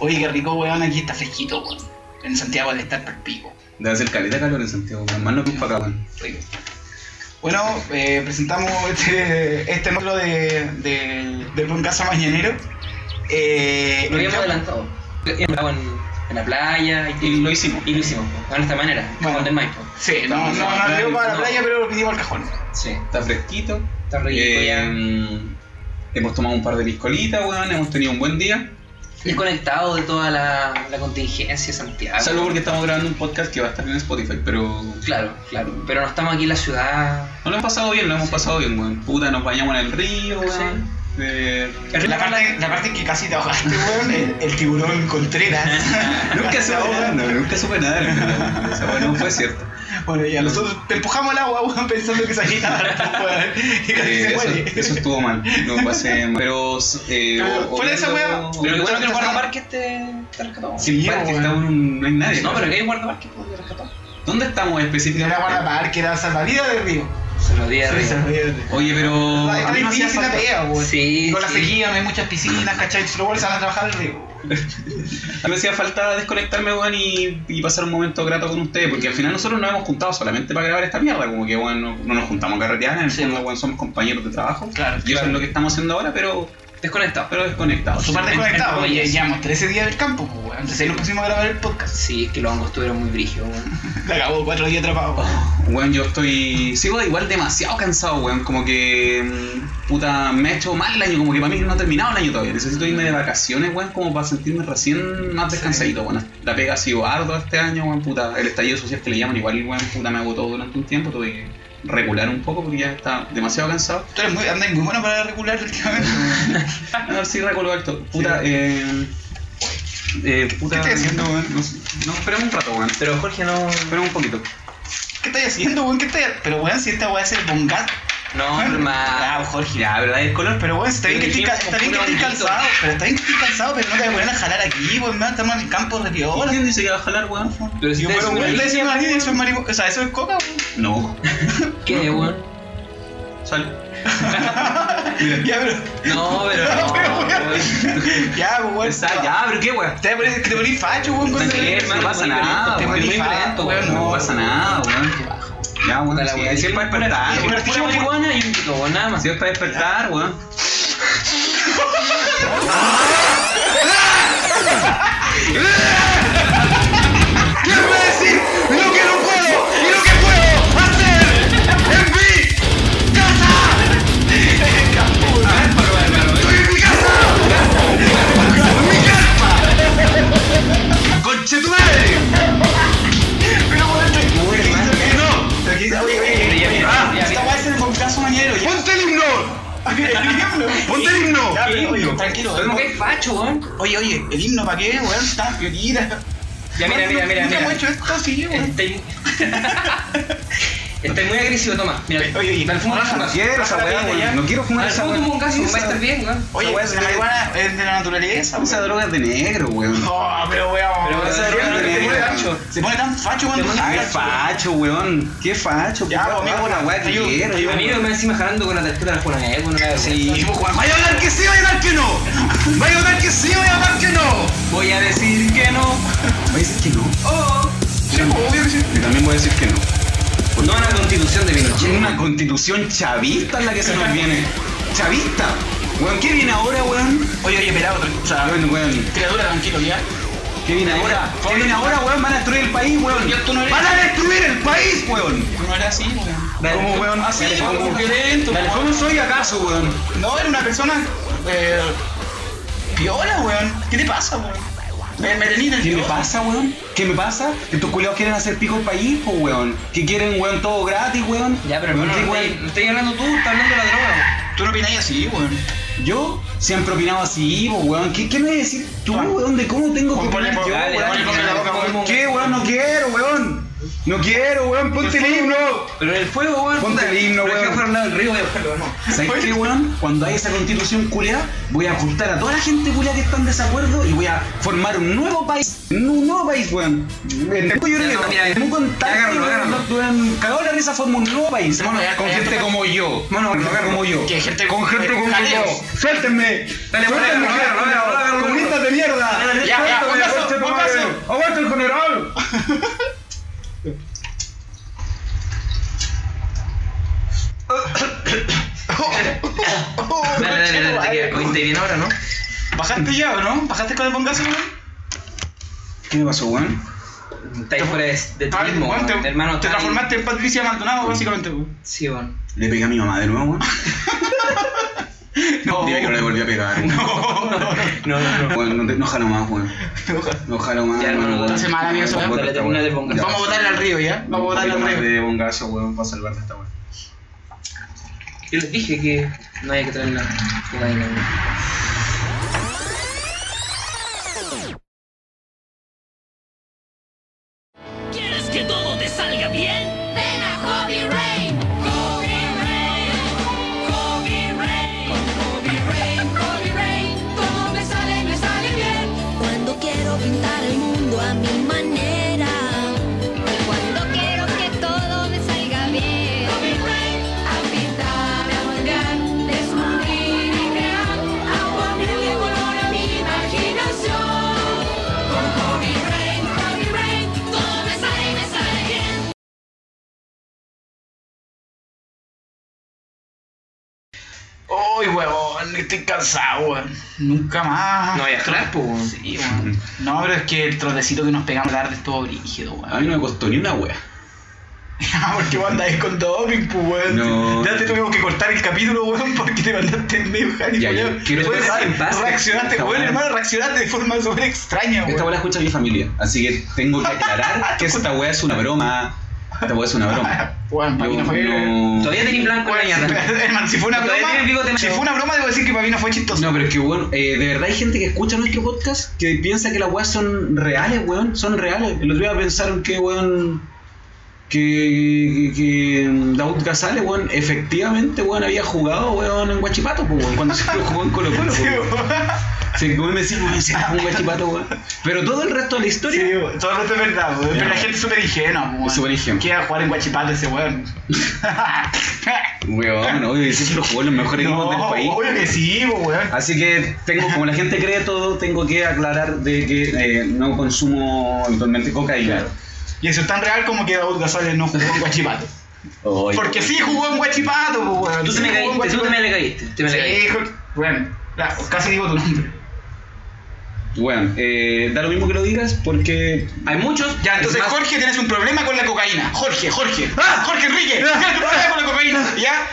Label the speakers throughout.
Speaker 1: Oye, qué rico, weón, aquí está fresquito, weón. En Santiago de estar por pico.
Speaker 2: Debe ser caleta de calor en Santiago, weón. Más no que un weón.
Speaker 1: Rico. Bueno, eh, presentamos este, este módulo de, de, del Boncazo Mañanero. Eh,
Speaker 3: Lo habíamos adelantado. Y andaba en, en la playa y,
Speaker 2: Y lo hicimos.
Speaker 3: y lo hicimos, po, de esta manera,
Speaker 1: Bueno.
Speaker 3: con el Maipo.
Speaker 1: Sí, no, no, no, no, dio para la
Speaker 3: No.
Speaker 1: playa, pero lo pedimos al cajón.
Speaker 3: Sí,
Speaker 2: Está fresquito.
Speaker 3: está rico ya.
Speaker 2: Eh, hemos tomado un par de piscolitas, weón. Hemos tenido un buen día.
Speaker 3: Desconectado de toda la, la contingencia de Santiago.
Speaker 2: Salvo porque estamos grabando un podcast que va a estar en Spotify, pero.
Speaker 3: Claro, claro. Pero no estamos aquí en la ciudad.
Speaker 2: No lo hemos pasado bien, lo hemos pasado bien, weón. Puta, nos bañamos en el río, weón. Eh,
Speaker 1: La parte, la parte en que casi te ahogaste, weón, el, el tiburón Contreras.
Speaker 2: nunca se nadar, no, nunca supe nadar, weón. Esa weón no fue cierto.
Speaker 1: Bueno, y a nosotros te empujamos al agua, weón, pensando que salía a weón. Y casi
Speaker 2: Eh,
Speaker 1: se
Speaker 2: eso,
Speaker 1: muere.
Speaker 2: eso estuvo mal, no pasé mal. Pero. Eh,
Speaker 1: Pero
Speaker 2: o-
Speaker 1: fuera de esa weá,
Speaker 2: obviando-
Speaker 3: Pero
Speaker 2: obviando
Speaker 3: qué bueno que el
Speaker 2: esta-
Speaker 3: guardaparque esté esté rescatado.
Speaker 2: Sí,
Speaker 1: Sí,
Speaker 2: porque
Speaker 1: weón.
Speaker 2: está un- no hay nadie.
Speaker 3: No, pero que hay guardaparque pues, rescatado.
Speaker 2: ¿Dónde estamos
Speaker 1: No era
Speaker 2: específicamente?
Speaker 1: para par, que era salvavidas de río.
Speaker 3: Se lo di a
Speaker 1: Sí,
Speaker 3: Río.
Speaker 1: salvavidas de río.
Speaker 2: Oye, pero.
Speaker 1: Está-
Speaker 2: a
Speaker 1: Está
Speaker 2: mí me hacía
Speaker 1: difícil la
Speaker 2: falta-
Speaker 1: pega, weón.
Speaker 3: Sí,
Speaker 1: Con la
Speaker 3: sí.
Speaker 1: sequía no hay muchas piscinas, ¿cachai? Los weones se van a trabajar el río.
Speaker 2: A mí me hacía falta desconectarme, weón, y, y pasar un momento grato con ustedes, porque al final nosotros nos hemos juntado solamente para grabar esta mierda, como que, weón, no, no nos juntamos a carretear, en el
Speaker 3: Sí,
Speaker 2: fondo, weón, somos compañeros de trabajo,
Speaker 1: Claro,
Speaker 2: y eso es lo que estamos haciendo ahora, pero,
Speaker 3: Desconectado.
Speaker 2: pero desconectados.
Speaker 1: Súper desconectado,
Speaker 3: Oye,
Speaker 1: oye,
Speaker 3: sí.
Speaker 1: llevamos 13 días del campo, pues, weón. Entonces ahí nos pusimos a grabar el podcast.
Speaker 3: Sí, es que los hongos estuvieron muy brígidos, weón.
Speaker 1: La acabó cuatro días atrapados.
Speaker 2: Weón, yo estoy. Sigo igual demasiado cansado, weón. Como que. mm, Puta, me ha hecho mal el año. Como que para mí no ha terminado el año todavía. Necesito irme de vacaciones, weón, como para sentirme recién más descansadito, weón. La pega ha sido ardua este año, weón, puta. El estallido social que le llaman, igual, weón, puta, me agotó durante un tiempo. Tuve que regular un poco porque ya está demasiado cansado. Ah,
Speaker 1: Tú eres muy, andas muy bueno para regular últimamente.
Speaker 2: A ver si regular todo. Puta, eh. Eh, puta.
Speaker 1: ¿Qué estoy haciendo, weón?
Speaker 2: No, sé. no, esperemos un rato, weón.
Speaker 3: Pero Jorge no.
Speaker 2: Esperemos un poquito.
Speaker 1: ¿Qué estás haciendo, weón? ¿Qué estás Pero, weón, si esta weá es el bongat.
Speaker 3: No, hermano.
Speaker 1: Bravo, Jorge.
Speaker 2: Ya, ¿verdad? El color,
Speaker 1: Pero, weón, está bien que estés ca- está bien que estés cansado. Pero está bien que estés cansado, pero no te voy a poner a jalar aquí, weón. man, Estamos en el campo de piola.
Speaker 2: ¿Quién dice que va a jalar, weón?
Speaker 3: Pero si
Speaker 1: Yo,
Speaker 3: pues, ustedes
Speaker 1: pero, weón,
Speaker 3: son
Speaker 1: está diciendo a
Speaker 3: una
Speaker 1: nadie, eso es
Speaker 3: línea,
Speaker 1: marico. O sea, eso es coca, weón.
Speaker 2: No.
Speaker 3: ¿Qué, weón?
Speaker 2: Sal.
Speaker 1: Ya,
Speaker 3: No, pero
Speaker 1: Pero,
Speaker 3: no.
Speaker 1: pero. Ya, pues, weón.
Speaker 2: Sal, ya, pero qué weón.
Speaker 1: Te voy a poner- que te ponís facho, weón. con-
Speaker 3: Tranquilo, hermano,
Speaker 2: No pasa
Speaker 3: muy
Speaker 2: nada,
Speaker 3: violento,
Speaker 2: weón.
Speaker 3: muy
Speaker 2: Muy
Speaker 3: violento,
Speaker 1: weón,
Speaker 2: No
Speaker 1: no.
Speaker 2: pasa nada, weón. Ya,
Speaker 3: Puta
Speaker 2: weón.
Speaker 3: la
Speaker 2: sí,
Speaker 3: weá.
Speaker 2: Siempre es para despertar,
Speaker 1: Pero
Speaker 2: weón.
Speaker 3: Una
Speaker 1: escucha, weón.
Speaker 3: marihuana y un pico, weón, nada más.
Speaker 2: Siempre es para despertar, weón.
Speaker 4: Quiero decir lo que no puedo y lo que puedo hacer en mi casa. Estoy en mi casa. En mi carpa. Conche tu madre.
Speaker 1: Pero, weón, tranquilo,
Speaker 4: No.
Speaker 1: tranquilo, oye, oye, oye. Esta weá es el boncazo mañero, ya.
Speaker 4: Ponte el himno. Ponte el himno.
Speaker 1: Ya, pero, oye,
Speaker 3: Tranquilo.
Speaker 1: tranquilo.
Speaker 3: Pero como que es facho, weón.
Speaker 1: Oye, oye, el himno para qué, weón, está piolita.
Speaker 3: Ya, mira, mira, mira,
Speaker 1: Nunca hemos
Speaker 3: mira.
Speaker 1: hecho esto, sí, weón.
Speaker 3: Estoy. Estoy muy agresivo, toma. Mira.
Speaker 1: Oye, oye,
Speaker 3: Dale, fuma,
Speaker 1: raja,
Speaker 3: fuma.
Speaker 1: raja, raja, raja, ya.
Speaker 2: No quiero
Speaker 3: Al
Speaker 2: fumar esa
Speaker 3: fondo
Speaker 2: weón.
Speaker 3: un caso, va a estar bien, weón.
Speaker 1: Oye,
Speaker 2: weá es
Speaker 1: la
Speaker 2: de-
Speaker 1: marihuana es de la naturaleza, weón.
Speaker 2: Esa droga es de negro, weón.
Speaker 1: No, pero weón.
Speaker 3: Pero esa
Speaker 1: weón,
Speaker 3: droga
Speaker 1: weón,
Speaker 3: no te
Speaker 1: se
Speaker 3: pone
Speaker 1: pone-
Speaker 3: facho.
Speaker 1: Se pone tan facho cuando
Speaker 3: Te pone
Speaker 2: Ay,
Speaker 1: habla,
Speaker 2: Qué facho, weón. Qué facho.
Speaker 1: Ya,
Speaker 2: puta,
Speaker 1: amigo,
Speaker 2: hago la weá que
Speaker 1: ayuda, ayuda.
Speaker 2: quiero,
Speaker 3: Mi
Speaker 2: weón.
Speaker 3: amigo me encima jalando con la tarjeta de la Juana, eh, con una
Speaker 1: weón.
Speaker 3: Sí.
Speaker 1: Tipo, weón,
Speaker 4: Vaya a hablar que sí, vaya a hablar que no. Vaya a hablar que sí, vaya a hablar que no.
Speaker 3: Voy a decir que no.
Speaker 2: Voy a decir que no.
Speaker 3: Oh.
Speaker 1: sí, obvio que sí.
Speaker 2: Y también pues, voy a decir que no.
Speaker 3: No a la constitución de Pinochet.
Speaker 2: Una constitución chavista es la que se nos viene. Chavista. Weón, ¿qué viene ahora, weón?
Speaker 1: Oye, oye, pelado, tranquilo, o sea,
Speaker 2: Weón, weón.
Speaker 1: criatura, tranquilo, ya.
Speaker 2: ¿Qué viene ahora? ¿Qué viene ahora, weón? Van a destruir el país, weón.
Speaker 1: Yo, tú no eres-
Speaker 2: Van a destruir el país, weón.
Speaker 1: Tú no eras así, weón.
Speaker 2: ¿Cómo, weón? Así,
Speaker 3: Dale,
Speaker 2: weón,
Speaker 3: ¿cómo?
Speaker 2: violento.
Speaker 3: Dale,
Speaker 2: ¿Cómo soy acaso, weón?
Speaker 1: No, era una persona. Eh, piola, weón. ¿Qué te pasa, weón? Me, me tenís
Speaker 2: ¿Qué me
Speaker 1: nervioso.
Speaker 2: pasa, weón? ¿Qué me pasa? Que estos culiados quieren hacer pico el país, po, weón. Que quieren, weón, todo gratis, weón.
Speaker 3: Ya, pero
Speaker 2: Weón,
Speaker 3: hermano,
Speaker 2: ¿qué,
Speaker 3: no,
Speaker 2: weón?
Speaker 3: estoy- no estoy hablando tú, estás hablando de la droga.
Speaker 1: Tú no opináis así, weón.
Speaker 2: Yo siempre opinaba así, po, weón. ¿Qué, ¿Qué me decís tú, weón? ¿De cómo tengo que
Speaker 1: Weón, ponle
Speaker 2: opinar
Speaker 1: po-
Speaker 2: yo,
Speaker 1: dale,
Speaker 2: weón?
Speaker 1: ponle poca en la boca, weón.
Speaker 2: ¿Qué, weón? No quiero, weón. No quiero, weón. Ponte el himno.
Speaker 3: Pero el fuego, weón.
Speaker 2: Ponte el himno,
Speaker 3: Pero
Speaker 2: weón.
Speaker 3: el jefe Arnaldo,
Speaker 2: al río voy a buscarlo, no. ¿Sabes qué, weón? Cuando hay esa constitución culia, voy a juntar a toda la gente culia que está en desacuerdo y voy a formar un nuevo país. Un nuevo país, weón. En Temuco yo creo que
Speaker 3: Ya,
Speaker 2: no.
Speaker 3: mira,
Speaker 2: En Temuco en tal-
Speaker 3: agárralo, agárralo.
Speaker 2: weón, Cagado la risa forma un nuevo país.
Speaker 3: Hermano, ya-
Speaker 2: con
Speaker 3: ya-
Speaker 2: gente
Speaker 3: ya-
Speaker 2: como yo. Mano, con gente como yo.
Speaker 3: Que gente-
Speaker 2: con gente como yo.
Speaker 3: Jaleos.
Speaker 2: Suéltenme.
Speaker 3: Dale,
Speaker 2: Suéltenme,
Speaker 3: agárralo, agárralo, agárralo, agárralo.
Speaker 2: comunistas de mierda.
Speaker 3: Ya,
Speaker 2: Suéltenme,
Speaker 3: ya, un paso,
Speaker 2: conche tu
Speaker 3: un
Speaker 2: madre.
Speaker 3: paso.
Speaker 2: Aguante el general.
Speaker 3: Dale, dale, dale, te queda. Oíste bien ahora, ¿no?
Speaker 1: ¿Bajaste ya o no? ¿Bajaste con el bongazo, weón?
Speaker 2: ¿Qué me pasó, weón?
Speaker 3: Estás fuera de, de ti
Speaker 1: Ah,
Speaker 3: mismo,
Speaker 1: weón, te,
Speaker 3: weón, hermano.
Speaker 1: te
Speaker 3: estás-
Speaker 1: transformaste en Patricia Maldonado, básicamente, weón.
Speaker 3: Sí, weón.
Speaker 2: Le pegué a mi mamá de nuevo, weón.
Speaker 1: No,
Speaker 2: Dime que no le volví a pegar. No,
Speaker 3: No, no, no.
Speaker 2: Bueno, no, te- no jalo más, weón. No jalo más.
Speaker 3: Ya, hermano,
Speaker 2: weón.
Speaker 3: hace
Speaker 1: mal, amigo, eso,
Speaker 2: Bota
Speaker 3: dale,
Speaker 2: esta
Speaker 3: termina
Speaker 2: weón.
Speaker 3: del bongazo.
Speaker 2: Ya.
Speaker 1: Vamos a botarle al río, ¿ya? Vamos a botarle
Speaker 2: Un
Speaker 1: al río.
Speaker 2: poquito más de bongazo, weón, para salvarte esta weón.
Speaker 3: Yo les dije que no hay que traer nada. Que no hay nada.
Speaker 5: ¿Quieres que todo te salga bien? Ven a Hobby Rain. Hobby Rain. Hobby Rain. Con Hobby Rain. Hobby Rain. Todo me sale, me sale bien. Cuando quiero pintar el mundo a mi manera. Cuando quiero que todo me salga bien. Hobby Rain. A pintar, a moldear, descubrir y crear. A ponerle color a mi imaginación. Con Hobby Rain, Hobby Rain, todo me sale, me sale bien.
Speaker 1: Uy, huevón, estoy cansado, weón. Nunca más.
Speaker 3: No voy a jalar, po, weón.
Speaker 1: Sí, weón. No, pero es que el trotecito que nos pegamos tarde estuvo brígido, weón.
Speaker 2: A mí no me costó ni una wea.
Speaker 1: Ah, porque vos andáis con doping, pues, weón.
Speaker 2: No.
Speaker 1: Ya te tuvimos que cortar el capítulo, weón, porque te mandaste en medio, Jani.
Speaker 2: Ya,
Speaker 1: culiao.
Speaker 2: yo quiero
Speaker 1: Weón,
Speaker 2: dejar en paz
Speaker 1: Reaccionaste,
Speaker 2: esta
Speaker 1: weón,
Speaker 2: weá.
Speaker 1: hermano, reaccionaste de forma súper extraña,
Speaker 2: Esta
Speaker 1: weón.
Speaker 2: weá la escucha mi familia, así que tengo que aclarar que esta weá es una broma. Esta weá es una broma.
Speaker 1: Weón, para mí no fue.
Speaker 2: no-
Speaker 3: Todavía tenés blanco la mierda.
Speaker 1: Hermano, si fue una
Speaker 3: Todavía tiene el bigote
Speaker 1: broma, si
Speaker 3: medio.
Speaker 1: fue una broma, debo decir que para mí no fue chistoso.
Speaker 2: No, pero es que, weón, eh, de verdad hay gente que escucha nuestro podcast que piensa que las weas son reales, weón. Son reales. El otro día pensaron que, weón, que, que, que Daud Casale, weón, efectivamente, weón, había jugado, weón, en Guachipato, pues, weón, cuando se jugó en Colo Colo,
Speaker 1: Sí,
Speaker 2: weón.
Speaker 1: weón.
Speaker 2: Sí, como me decían, weón, se jugó en Guachipato, weón. Pero todo el resto de la historia...
Speaker 1: Sí, weón, todo esto es verdad, weón. Pero
Speaker 2: Ya.
Speaker 1: la gente es súper ingenua, weón.
Speaker 2: Es súper ingenua.
Speaker 1: Que iba a jugar en Guachipate ese weón.
Speaker 2: Weón, obvio, dice que lo jugó en los mejores equipos del
Speaker 1: no,
Speaker 2: país. Ah.
Speaker 1: obvio que sí, weón.
Speaker 2: Así que tengo, como la gente cree todo, tengo que aclarar de que eh, no consumo actualmente cocaína.
Speaker 1: Y eso es tan real como que Daud Gasales no jugó en Guachipate.
Speaker 2: Oye.
Speaker 1: Porque sí jugó en Guachipato, po, weón.
Speaker 3: Tú te
Speaker 1: Sí
Speaker 3: me
Speaker 1: jugó en
Speaker 3: caíste, tú te me
Speaker 1: Guachipato.
Speaker 3: le caíste. Te me le
Speaker 1: Sí,
Speaker 3: caíste.
Speaker 1: hijo- Bueno, la- casi digo tu nombre.
Speaker 2: Bueno, eh, da lo mismo que lo digas porque.
Speaker 3: Hay muchos.
Speaker 1: Ya, entonces
Speaker 3: es más-
Speaker 1: Jorge tienes un problema con la cocaína. Jorge, Jorge. ¡Ah! Jorge Enrique, tienes un problema con la cocaína. ¿Ya?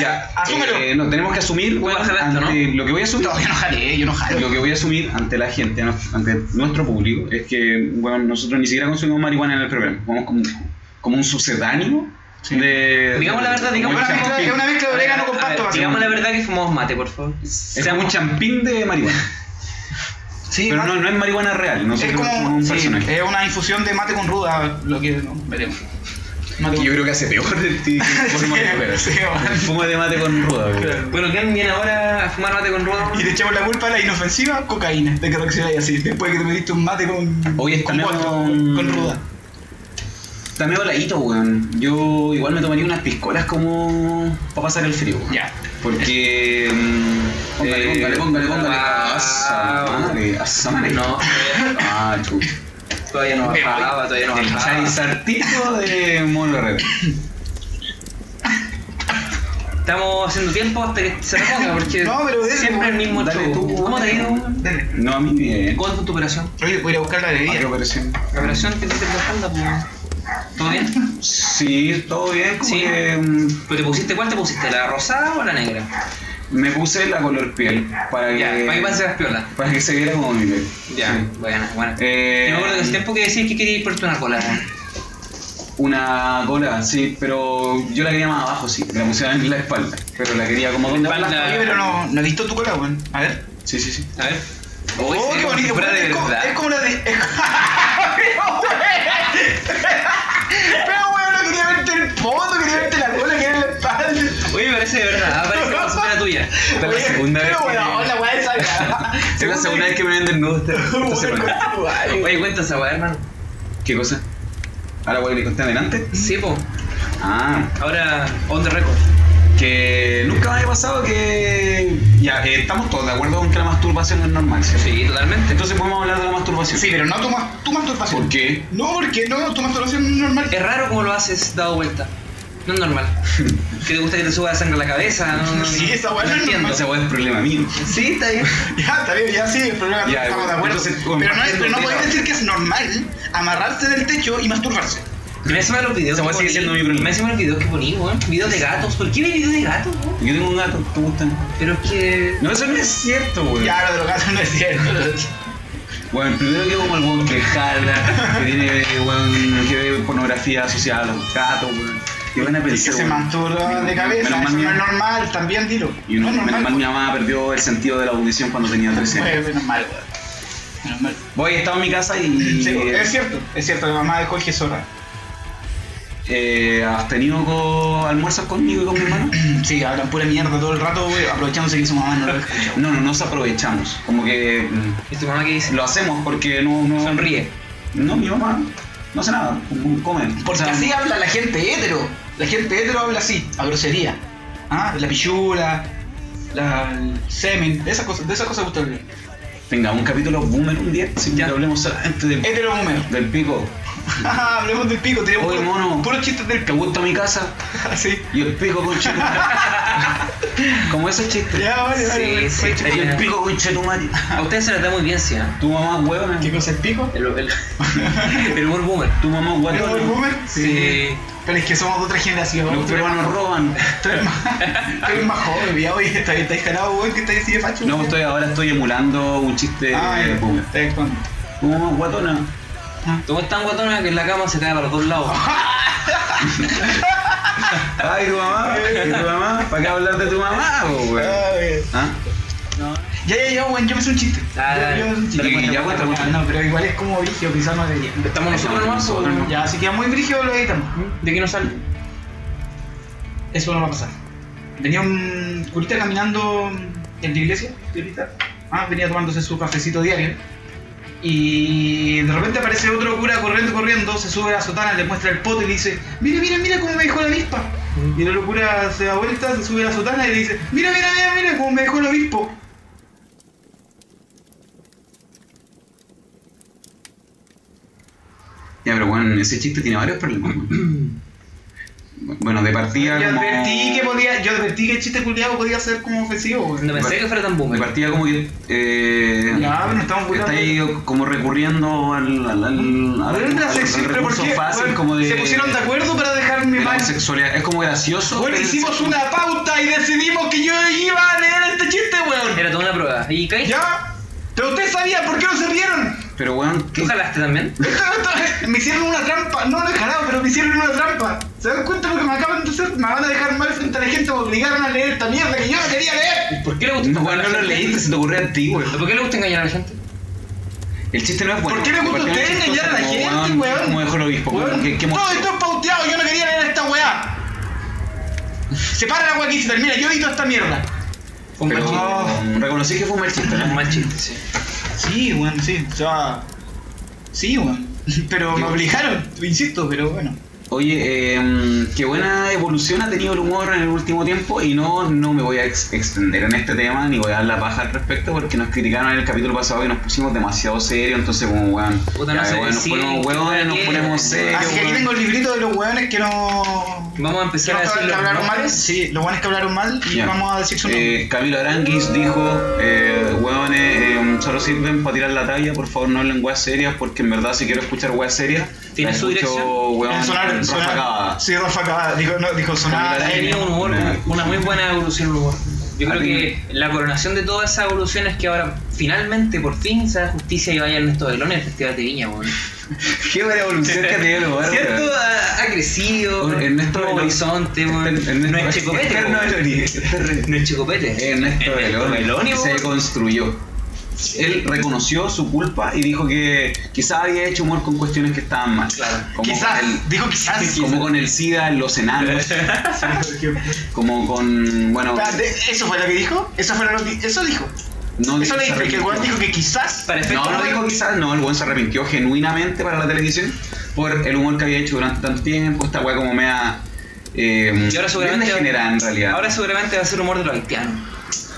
Speaker 2: Ya,
Speaker 1: asúmelo.
Speaker 2: eh, no, tenemos que asumir
Speaker 3: Voy
Speaker 2: bueno,
Speaker 3: a bajar esto,
Speaker 2: ante- lo que voy a asumir.
Speaker 1: Todavía no jalé, yo no
Speaker 2: Lo
Speaker 1: jalo.
Speaker 2: que voy a asumir ante la gente, no- ante nuestro público, es que bueno, nosotros ni siquiera consumimos marihuana en el programa. Vamos como, como un sucedáneo de.
Speaker 3: Digamos la verdad,
Speaker 2: como
Speaker 3: digamos
Speaker 2: un
Speaker 1: Es
Speaker 3: la
Speaker 1: una
Speaker 2: champín.
Speaker 1: mezcla- es una mezcla de orégano con
Speaker 3: A ver,
Speaker 1: pasto. básicamente.
Speaker 3: Digamos la verdad que fumamos mate, por favor.
Speaker 2: Es como un champín de marihuana.
Speaker 1: Sí,
Speaker 2: Pero no,
Speaker 1: mate-
Speaker 2: no es marihuana real, nosotros
Speaker 1: es como
Speaker 2: un
Speaker 1: sí,
Speaker 2: personaje.
Speaker 1: es una infusión de mate con ruda, lo que no, veremos. Mate
Speaker 2: Que
Speaker 1: con-
Speaker 2: yo creo que hace peor de ti que el
Speaker 1: Sí,
Speaker 2: fumo de mate,
Speaker 1: sí,
Speaker 2: pero-
Speaker 1: bueno.
Speaker 2: el fumo de mate con ruda, güey.
Speaker 1: Claro.
Speaker 3: Bueno, ¿qué viene ahora a fumar mate con ruedas?
Speaker 1: Y le echamos la culpa a la inofensiva cocaína, de que reaccionáis así, después que te metiste un mate con, con,
Speaker 2: Hoy estrenamos
Speaker 1: vodka,
Speaker 2: un-
Speaker 1: con ruda.
Speaker 2: Está medio heladito, weón. Yo igual me tomaría unas piscolas como para pasar el frío, weón.
Speaker 1: Ya.
Speaker 2: Porque. mm,
Speaker 3: Póngale, póngale, póngale, póngale.
Speaker 2: Ah, asa madre, asa madre.
Speaker 3: No,
Speaker 2: Ah, chup.
Speaker 3: todavía no
Speaker 1: Me
Speaker 3: bajaba,
Speaker 1: voy.
Speaker 3: todavía no
Speaker 2: El
Speaker 3: bajaba.
Speaker 2: charizartito de Mono Red.
Speaker 3: Estamos haciendo tiempo hasta que se reponga, porque
Speaker 1: No, pero dele,
Speaker 3: siempre el mismo
Speaker 2: dale
Speaker 3: show.
Speaker 2: tú,
Speaker 3: ¿Cómo te ha ido? weón?
Speaker 1: Dale.
Speaker 2: No, a mí bien.
Speaker 3: ¿Cómo fue tu operación?
Speaker 1: Oye, voy a ir a buscar la
Speaker 2: Ah, qué
Speaker 1: bebida.
Speaker 2: operación.
Speaker 3: ¿La operación que te hiciste en la espalda? pues? ¿Todo bien?
Speaker 2: Sí, todo bien. como
Speaker 3: Sí.
Speaker 2: que, mm,
Speaker 3: ¿Pero te pusiste cuál te pusiste? ¿La rosada o la negra?
Speaker 2: me puse la color piel para
Speaker 3: Ya,
Speaker 1: Eh,
Speaker 2: que,
Speaker 3: para que pasen las piolas.
Speaker 2: para que se viera como mi piel.
Speaker 3: Ya,
Speaker 2: Sí.
Speaker 3: buena, buena.
Speaker 2: Eh,
Speaker 3: Yo me acuerdo que ese tiempo que decías que querías ponerte una cola, weón.
Speaker 2: Una cola, sí, pero yo la quería más abajo, sí. Me la pusieron en la espalda. Pero la quería como donde
Speaker 3: Espalda.
Speaker 1: Oye, pero no, no he visto tu cola, weón. A ver.
Speaker 2: Sí, sí, sí.
Speaker 3: A ver.
Speaker 1: Oh,
Speaker 3: Uy, se ve
Speaker 1: qué
Speaker 3: como si
Speaker 1: bonito.
Speaker 3: fuera
Speaker 1: weón,
Speaker 3: de
Speaker 1: es, como,
Speaker 3: verdad.
Speaker 1: es como la de. es- pero weón, no quería verte el fondo, quería verte la cola, quería la espalda.
Speaker 3: Oye, pero aparece de verdad, aparece como si fuera tuya.
Speaker 2: Esta es la
Speaker 1: Oye,
Speaker 2: segunda vez.
Speaker 1: Pero
Speaker 2: que-
Speaker 1: bueno, hola, weá, esa cara.
Speaker 2: Esta es la segunda vez que me ven desnudo este esta, esta semana.
Speaker 3: Oye, cuenta esa weá, hermano.
Speaker 2: ¿Qué cosa? ¿Ahora voy a le conté adelante?
Speaker 3: Sí, po.
Speaker 2: Ah,
Speaker 3: Ahora, on the record.
Speaker 2: que nunca me había pasado que. Ya, eh, estamos todos de acuerdo con que la masturbación no es normal, ¿cierto?
Speaker 3: Sí, totalmente.
Speaker 2: Entonces podemos hablar de la masturbación.
Speaker 1: Sí, pero no tu, mas- tu masturbación.
Speaker 2: ¿Por qué?
Speaker 1: No, porque no, tu masturbación es normal.
Speaker 3: Es raro como lo haces dado vuelta. No es normal. que te gusta que te suba sangre a la cabeza. No, no,
Speaker 1: Sí, esa weá
Speaker 3: no
Speaker 1: no es
Speaker 3: entiendo.
Speaker 2: Ese weón es problema mío.
Speaker 3: Sí, está bien.
Speaker 1: Ya, está bien, ya sí, el problema
Speaker 2: Ya,
Speaker 1: estamos de acuerdo.
Speaker 2: entonces, bueno,
Speaker 1: pero no, es- pero no
Speaker 2: entiendo,
Speaker 1: podéis
Speaker 2: pero-
Speaker 1: decir que es normal amarrarse del techo y masturbarse.
Speaker 3: Me encima de los videos.
Speaker 2: Esa
Speaker 3: que
Speaker 2: weá sigue
Speaker 3: poní.
Speaker 2: siendo mi problema.
Speaker 3: Me encima de los videos que poní, weón. Videos de gatos. ¿Por qué ve videos de gatos, weón?
Speaker 2: Yo tengo un gato, ¿te gustan?
Speaker 3: Pero es que.
Speaker 2: No, eso no es cierto, weón.
Speaker 1: Ya, lo de los gatos no es cierto.
Speaker 2: Bueno, primero que como el weón que jala, que tiene weón, que ve pornografía asociada a los gatos, weón. ¿Qué van a
Speaker 1: Y que
Speaker 2: pensar?
Speaker 1: se
Speaker 2: weón?
Speaker 1: masturba de cabeza, eso
Speaker 2: Menos mal mi-
Speaker 1: no es normal, también dilo.
Speaker 2: Y
Speaker 1: no
Speaker 2: uno,
Speaker 1: es
Speaker 2: menos
Speaker 1: normal.
Speaker 2: mal mi mamá perdió el sentido de la audición cuando tenía 13 años.
Speaker 1: Bueno, Menos mal, weón. Menos mal.
Speaker 2: Voy, estaba en mi casa y.
Speaker 1: Sí, pues,
Speaker 2: eh,
Speaker 1: es cierto, es cierto, la mamá de Jorge es zorra.
Speaker 2: eh, ¿Has tenido co- almuerzos conmigo y con mi hermano?
Speaker 1: Mm, Sí, hablan pura mierda todo el rato, güey, aprovechándose que su mamá no lo escucha.
Speaker 2: No, no nos aprovechamos. Como que mm,
Speaker 3: ¿Y tu mamá qué dice?
Speaker 2: lo hacemos porque no. no
Speaker 3: Sonríe.
Speaker 2: No, mi mamá no hace nada, como come. O
Speaker 1: Porque
Speaker 2: sea,
Speaker 1: así habla la gente hetero. La gente hetero habla así, a grosería. ¿Ah? La pichula, la, el semen, de esas cosas, de esas cosas gusta hablar.
Speaker 2: Tenga un capítulo boomer un día, si ya hablemos solamente de-
Speaker 1: Hetero húmero.
Speaker 2: del pico.
Speaker 1: Hablemos del pico, tenemos
Speaker 2: Oye,
Speaker 1: puros-
Speaker 2: mono.
Speaker 1: puros chistes del
Speaker 2: Te gusta mi casa
Speaker 1: pico. Sí.
Speaker 2: y el pico con Como ese chiste.
Speaker 1: Ya, vale, vale.
Speaker 3: Sí,
Speaker 1: vale.
Speaker 3: sí.
Speaker 1: Fue chiste.
Speaker 2: Y el pico con
Speaker 3: A ustedes se les da muy bien, sí, ¿eh?
Speaker 2: Tu mamá huevona.
Speaker 1: ¿Qué cosa es pico?
Speaker 3: El, el, el humor boomer.
Speaker 2: Tu mamá
Speaker 1: ¿El
Speaker 2: huevona.
Speaker 1: boomer boomer?
Speaker 3: Sí.
Speaker 1: Pero es que somos de otra generación.
Speaker 2: Los
Speaker 1: tú eres
Speaker 2: peruanos
Speaker 1: más-
Speaker 2: roban.
Speaker 1: Tú eres más, tú eres más joven, ya, oye, está- estáis jalado, güey, que estáis así de facho.
Speaker 2: No,
Speaker 1: güey.
Speaker 2: estoy, ahora estoy emulando un chiste
Speaker 1: Ah,
Speaker 2: de
Speaker 1: ya,
Speaker 2: boomer.
Speaker 1: está expondo.
Speaker 2: Tu mamá guatona.
Speaker 3: Tú eres tan guatona que en la cama se cae para los dos lados.
Speaker 2: Ay, tu mamá, tu mamá. ¿Para qué hablar de tu mamá, po, güey?
Speaker 1: Ay.
Speaker 2: ¿Ah?
Speaker 3: No.
Speaker 1: Ya, ya, ya, weón, yo me hice un chiste.
Speaker 3: Ah,
Speaker 1: Yo- yo me hice un chiste.
Speaker 2: dale, cuenta,
Speaker 1: Ya,
Speaker 2: cuenta, cuenta.
Speaker 1: No, pero igual es como brigio, quizás no debería.
Speaker 3: Estamos nosotros nomás, o-
Speaker 2: Nosotros, ¿no?
Speaker 1: Ya, si queda muy brigio, lo editamos.
Speaker 3: ¿De qué nos sale?
Speaker 1: Eso no va a pasar. Venía un curita caminando en la iglesia, curita. Ah, venía tomándose su cafecito diario. Y de repente aparece otro cura corriendo, corriendo, se sube a la sotana, le muestra el poto y le dice, mira, mira, mira cómo me dejó la avispa. Y el otro cura se da vuelta, se sube a la sotana y le dice, mira, mira, mira, mira cómo me dejó el obispo.
Speaker 2: Ya, pero bueno, ese chiste tiene varios problemas. weón. Bueno, de partida
Speaker 1: Yo
Speaker 2: como...
Speaker 1: advertí que podía, yo advertí que el chiste culiado podía ser como ofensivo, güey.
Speaker 3: No pensé que fuera tan
Speaker 2: De
Speaker 3: boomer.
Speaker 2: partida como que... Eh,
Speaker 1: Ya, pero no estamos
Speaker 2: Está ahí
Speaker 1: cuidando.
Speaker 2: como recurriendo al... al, al, al-
Speaker 1: Pero en la
Speaker 2: al- al
Speaker 1: sección, pero ¿por
Speaker 2: recurso
Speaker 1: qué?
Speaker 2: fácil
Speaker 1: Bueno,
Speaker 2: como de...
Speaker 1: Se pusieron de acuerdo para dejarme
Speaker 2: de la
Speaker 1: mal.
Speaker 2: homosexualidad. Es como gracioso.
Speaker 1: Bueno,
Speaker 2: pero-
Speaker 1: hicimos una pauta y decidimos que yo iba a leer este chiste, weón.
Speaker 3: Era toda una prueba. ¿Y caíste?
Speaker 1: ¿Ya? Pero ustedes sabían por qué no se rieron.
Speaker 2: Pero bueno,
Speaker 3: ¿Tú jalaste también?
Speaker 1: Esto- esto- me hicieron una trampa. No lo he jalado, pero me hicieron una trampa. ¿Se dan cuenta lo que me acaban de hacer? Me van a dejar mal frente a la gente. Me obligaron a leer esta mierda que yo no quería leer.
Speaker 3: ¿Por qué le gusta
Speaker 2: no,
Speaker 3: engañar
Speaker 2: bueno, no
Speaker 3: a la
Speaker 2: lo
Speaker 3: gente?
Speaker 2: leíste, se te ocurrió a ti, güey.
Speaker 3: ¿Por qué le gusta engañar a la gente?
Speaker 2: El chiste no es bueno.
Speaker 1: ¿Por qué le gusta a
Speaker 2: Porque
Speaker 1: ustedes
Speaker 2: es chistoso,
Speaker 1: engañar a la
Speaker 2: como,
Speaker 1: gente, weón?
Speaker 2: Como dejó el obispo,
Speaker 1: Weón,
Speaker 2: weón. ¿Qué, qué
Speaker 1: todo
Speaker 2: monstruo.
Speaker 1: esto es pauteado. Yo no quería leer esta weá. Se para la weá aquí y se termina. Yo edito esta mierda.
Speaker 3: Fue un mal
Speaker 2: Pero
Speaker 3: chiste.
Speaker 2: mm, reconocí que fue un mal chiste,
Speaker 3: Un
Speaker 2: ¿no?
Speaker 3: mal chiste, sí.
Speaker 1: Sí, weón, sí. O sea. Sí, weón. Pero me obligaron, insisto, pero bueno.
Speaker 2: Oye, eh, mm, qué buena evolución ha tenido el humor en el último tiempo y no, no me voy a ex- extender en este tema ni voy a dar la paja al respecto porque nos criticaron en el capítulo pasado y nos pusimos demasiado serios, entonces como weón,
Speaker 3: Puta, no
Speaker 2: ya,
Speaker 3: sé
Speaker 2: weón, nos
Speaker 3: decir
Speaker 2: ponemos
Speaker 3: qué
Speaker 2: huevones,
Speaker 3: weón
Speaker 2: nos
Speaker 3: es.
Speaker 2: ponemos serios.
Speaker 1: Así que aquí
Speaker 2: weón.
Speaker 1: tengo el librito de los weones que no.
Speaker 3: Vamos a
Speaker 1: que
Speaker 3: empezar
Speaker 1: no
Speaker 3: a decir
Speaker 1: que
Speaker 3: los
Speaker 1: hablaron mal.
Speaker 3: nombres.
Speaker 1: Sí, los weones que hablaron mal y
Speaker 2: Ya.
Speaker 1: vamos a decir su nombre.
Speaker 2: Eh, Camilo Aranguis dijo, eh, hueones, eh, solo sirven para tirar la talla, por favor no hablen weas serias, porque en verdad si quiero escuchar weas serias,
Speaker 3: ¿Tiene
Speaker 2: la
Speaker 3: su
Speaker 2: escucho,
Speaker 3: dirección?
Speaker 2: Hueón,
Speaker 1: Eh, sonar,
Speaker 2: Rafa
Speaker 1: sonar.
Speaker 2: Cava.
Speaker 1: Sí, Rafa Cava. Dijo, no, dijo sonar. eh,
Speaker 2: Camila
Speaker 3: Ha tenido un humor,
Speaker 2: Nah.
Speaker 3: una muy buena evolución del humor. Yo creo
Speaker 2: Ah,
Speaker 3: que la coronación de todas esas evoluciones es que ahora finalmente, por fin, se da justicia y vaya Ernesto Belón en el Festival de Viña, weón.
Speaker 2: Qué buena evolución que ha tenido el humor, weón.
Speaker 3: ¿Cierto? Ha, ha crecido.
Speaker 2: Oye, Ernesto
Speaker 3: nuevo
Speaker 2: Belón.
Speaker 3: horizonte, weón.
Speaker 1: Este
Speaker 3: No es
Speaker 2: Este
Speaker 3: chicopete,
Speaker 2: Externo
Speaker 3: weón.
Speaker 2: de Oriente.
Speaker 3: No es chicopete.
Speaker 2: Este Ernesto
Speaker 3: Ernesto
Speaker 2: Beloni
Speaker 3: Beloni,
Speaker 2: se
Speaker 3: weón.
Speaker 2: construyó. él reconoció su culpa y dijo que quizás había hecho humor con cuestiones que estaban mal.
Speaker 3: Claro.
Speaker 2: Como
Speaker 1: quizás,
Speaker 2: con el-
Speaker 1: dijo quizás.
Speaker 2: como con el SIDA, los enanos, como con. Bueno,
Speaker 1: Espérate, ¿Eso fue lo que dijo? ¿Eso fue lo que eso dijo?
Speaker 2: no
Speaker 1: eso le dijo, que
Speaker 2: se
Speaker 1: el
Speaker 2: arrepintió.
Speaker 1: weón dijo que quizás.
Speaker 3: Para efecto,
Speaker 2: No, no dijo quizás, no, el buen se arrepintió genuinamente para la televisión por el humor que había hecho durante tanto tiempo, esta weá como mea. Eh,
Speaker 3: Y ahora seguramente-
Speaker 2: bien degenerada en realidad.
Speaker 3: Ahora seguramente va a ser humor de los haitianos.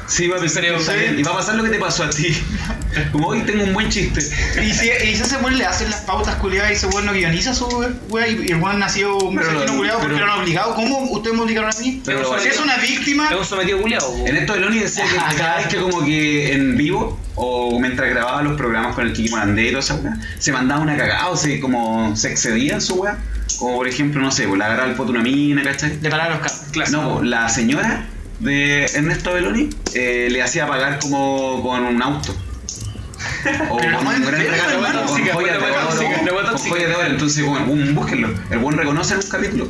Speaker 2: sí va a pensar
Speaker 3: creo
Speaker 2: que está
Speaker 3: que-
Speaker 2: bien, y va a pasar lo que te pasó a ti. Como hoy tengo un buen chiste.
Speaker 1: Y si, y si ese weón le hacen las pautas culiadas y ese weón no guioniza su wea y y el weón nació un
Speaker 2: Pero
Speaker 1: misógino
Speaker 2: lo-
Speaker 1: culiado porque
Speaker 2: pero-
Speaker 1: lo han obligado. ¿Cómo ustedes me obligaron a mí?
Speaker 2: Pero lo-
Speaker 1: si es una víctima,
Speaker 3: Es un sometido culiado. po.
Speaker 2: En este esto Eloni decía que cada vez que como que en vivo o mientras grababa los programas con el Kiki Morandé y toda esa weá, se mandaba una cagada o se como se excedía en su weá. Como por ejemplo, no sé, pues, le agarraba el foto a una mina, ¿cachai?
Speaker 1: le pararon los carros.
Speaker 2: No, pues, la señora de Ernesto Beloni eh, le hacía pagar como con un auto. O
Speaker 1: Pero
Speaker 2: con
Speaker 1: la
Speaker 2: un gran
Speaker 1: madre,
Speaker 2: regalo,
Speaker 1: la
Speaker 2: con
Speaker 3: tóxica,
Speaker 2: joyas
Speaker 3: la
Speaker 2: de
Speaker 3: tóxica, la
Speaker 2: oro, con
Speaker 3: tóxica.
Speaker 2: joyas de oro. Entonces, bueno, un- búsquenlo. El buen reconoce en un capítulo.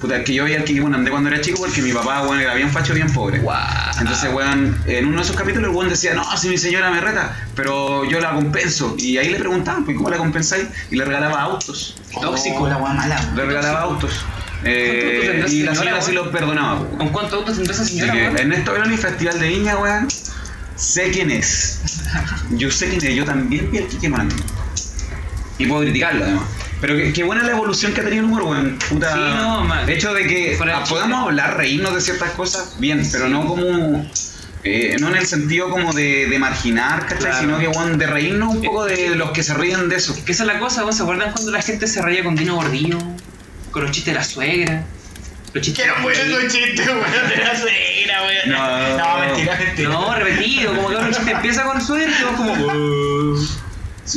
Speaker 2: Puta, es que yo veía al Kiki andé cuando era chico porque mi papá, bueno, era bien facho, bien pobre.
Speaker 3: Guau.
Speaker 2: Entonces, weón, en uno de esos capítulos el weón decía, no, si mi señora me reta, pero yo la compenso. Y ahí le preguntaban, pues, ¿cómo la compensáis? Y le regalaba autos.
Speaker 1: Tóxico, la weá mala. weón.
Speaker 2: Le regalaba autos. Eh,
Speaker 3: ¿Cuánto tendrás,
Speaker 2: y la
Speaker 3: señora,
Speaker 2: señora
Speaker 3: weón?
Speaker 2: sí lo perdonaba. weón.
Speaker 3: ¿Con cuánto auto tendrá esa
Speaker 2: Así
Speaker 3: señora?
Speaker 2: que
Speaker 3: weón?
Speaker 2: Ernesto Veroni, Festival de Viña, weón, sé quién es. Yo sé quién es, yo también vi al Kike Morandé. Y puedo criticarlo, además. Pero qué, qué buena la evolución que ha tenido el humor, weón. Puta.
Speaker 3: Sí, no, man.
Speaker 2: El hecho de que
Speaker 3: Fuera de
Speaker 2: ah,
Speaker 3: chiste.
Speaker 2: podamos hablar, reírnos de ciertas cosas, bien, pero no como. eh, no en el sentido como de, de marginar, ¿cachai?
Speaker 3: Claro. Eh,
Speaker 2: Sino que, weón, de reírnos un poco de los que se ríen de eso.
Speaker 3: Es que esa es la cosa, weón. ¿Se acuerdan cuando la gente se reía con Dino Gordillo? Con los chistes de la suegra. Los chistes
Speaker 1: Que era
Speaker 3: de la
Speaker 1: bueno
Speaker 3: suegra.
Speaker 1: el chiste, weón, de la ceguera, weón.
Speaker 2: No.
Speaker 1: no, mentira, mentira.
Speaker 3: No, repetido, como que ahora el chiste empieza con suegra y vos como.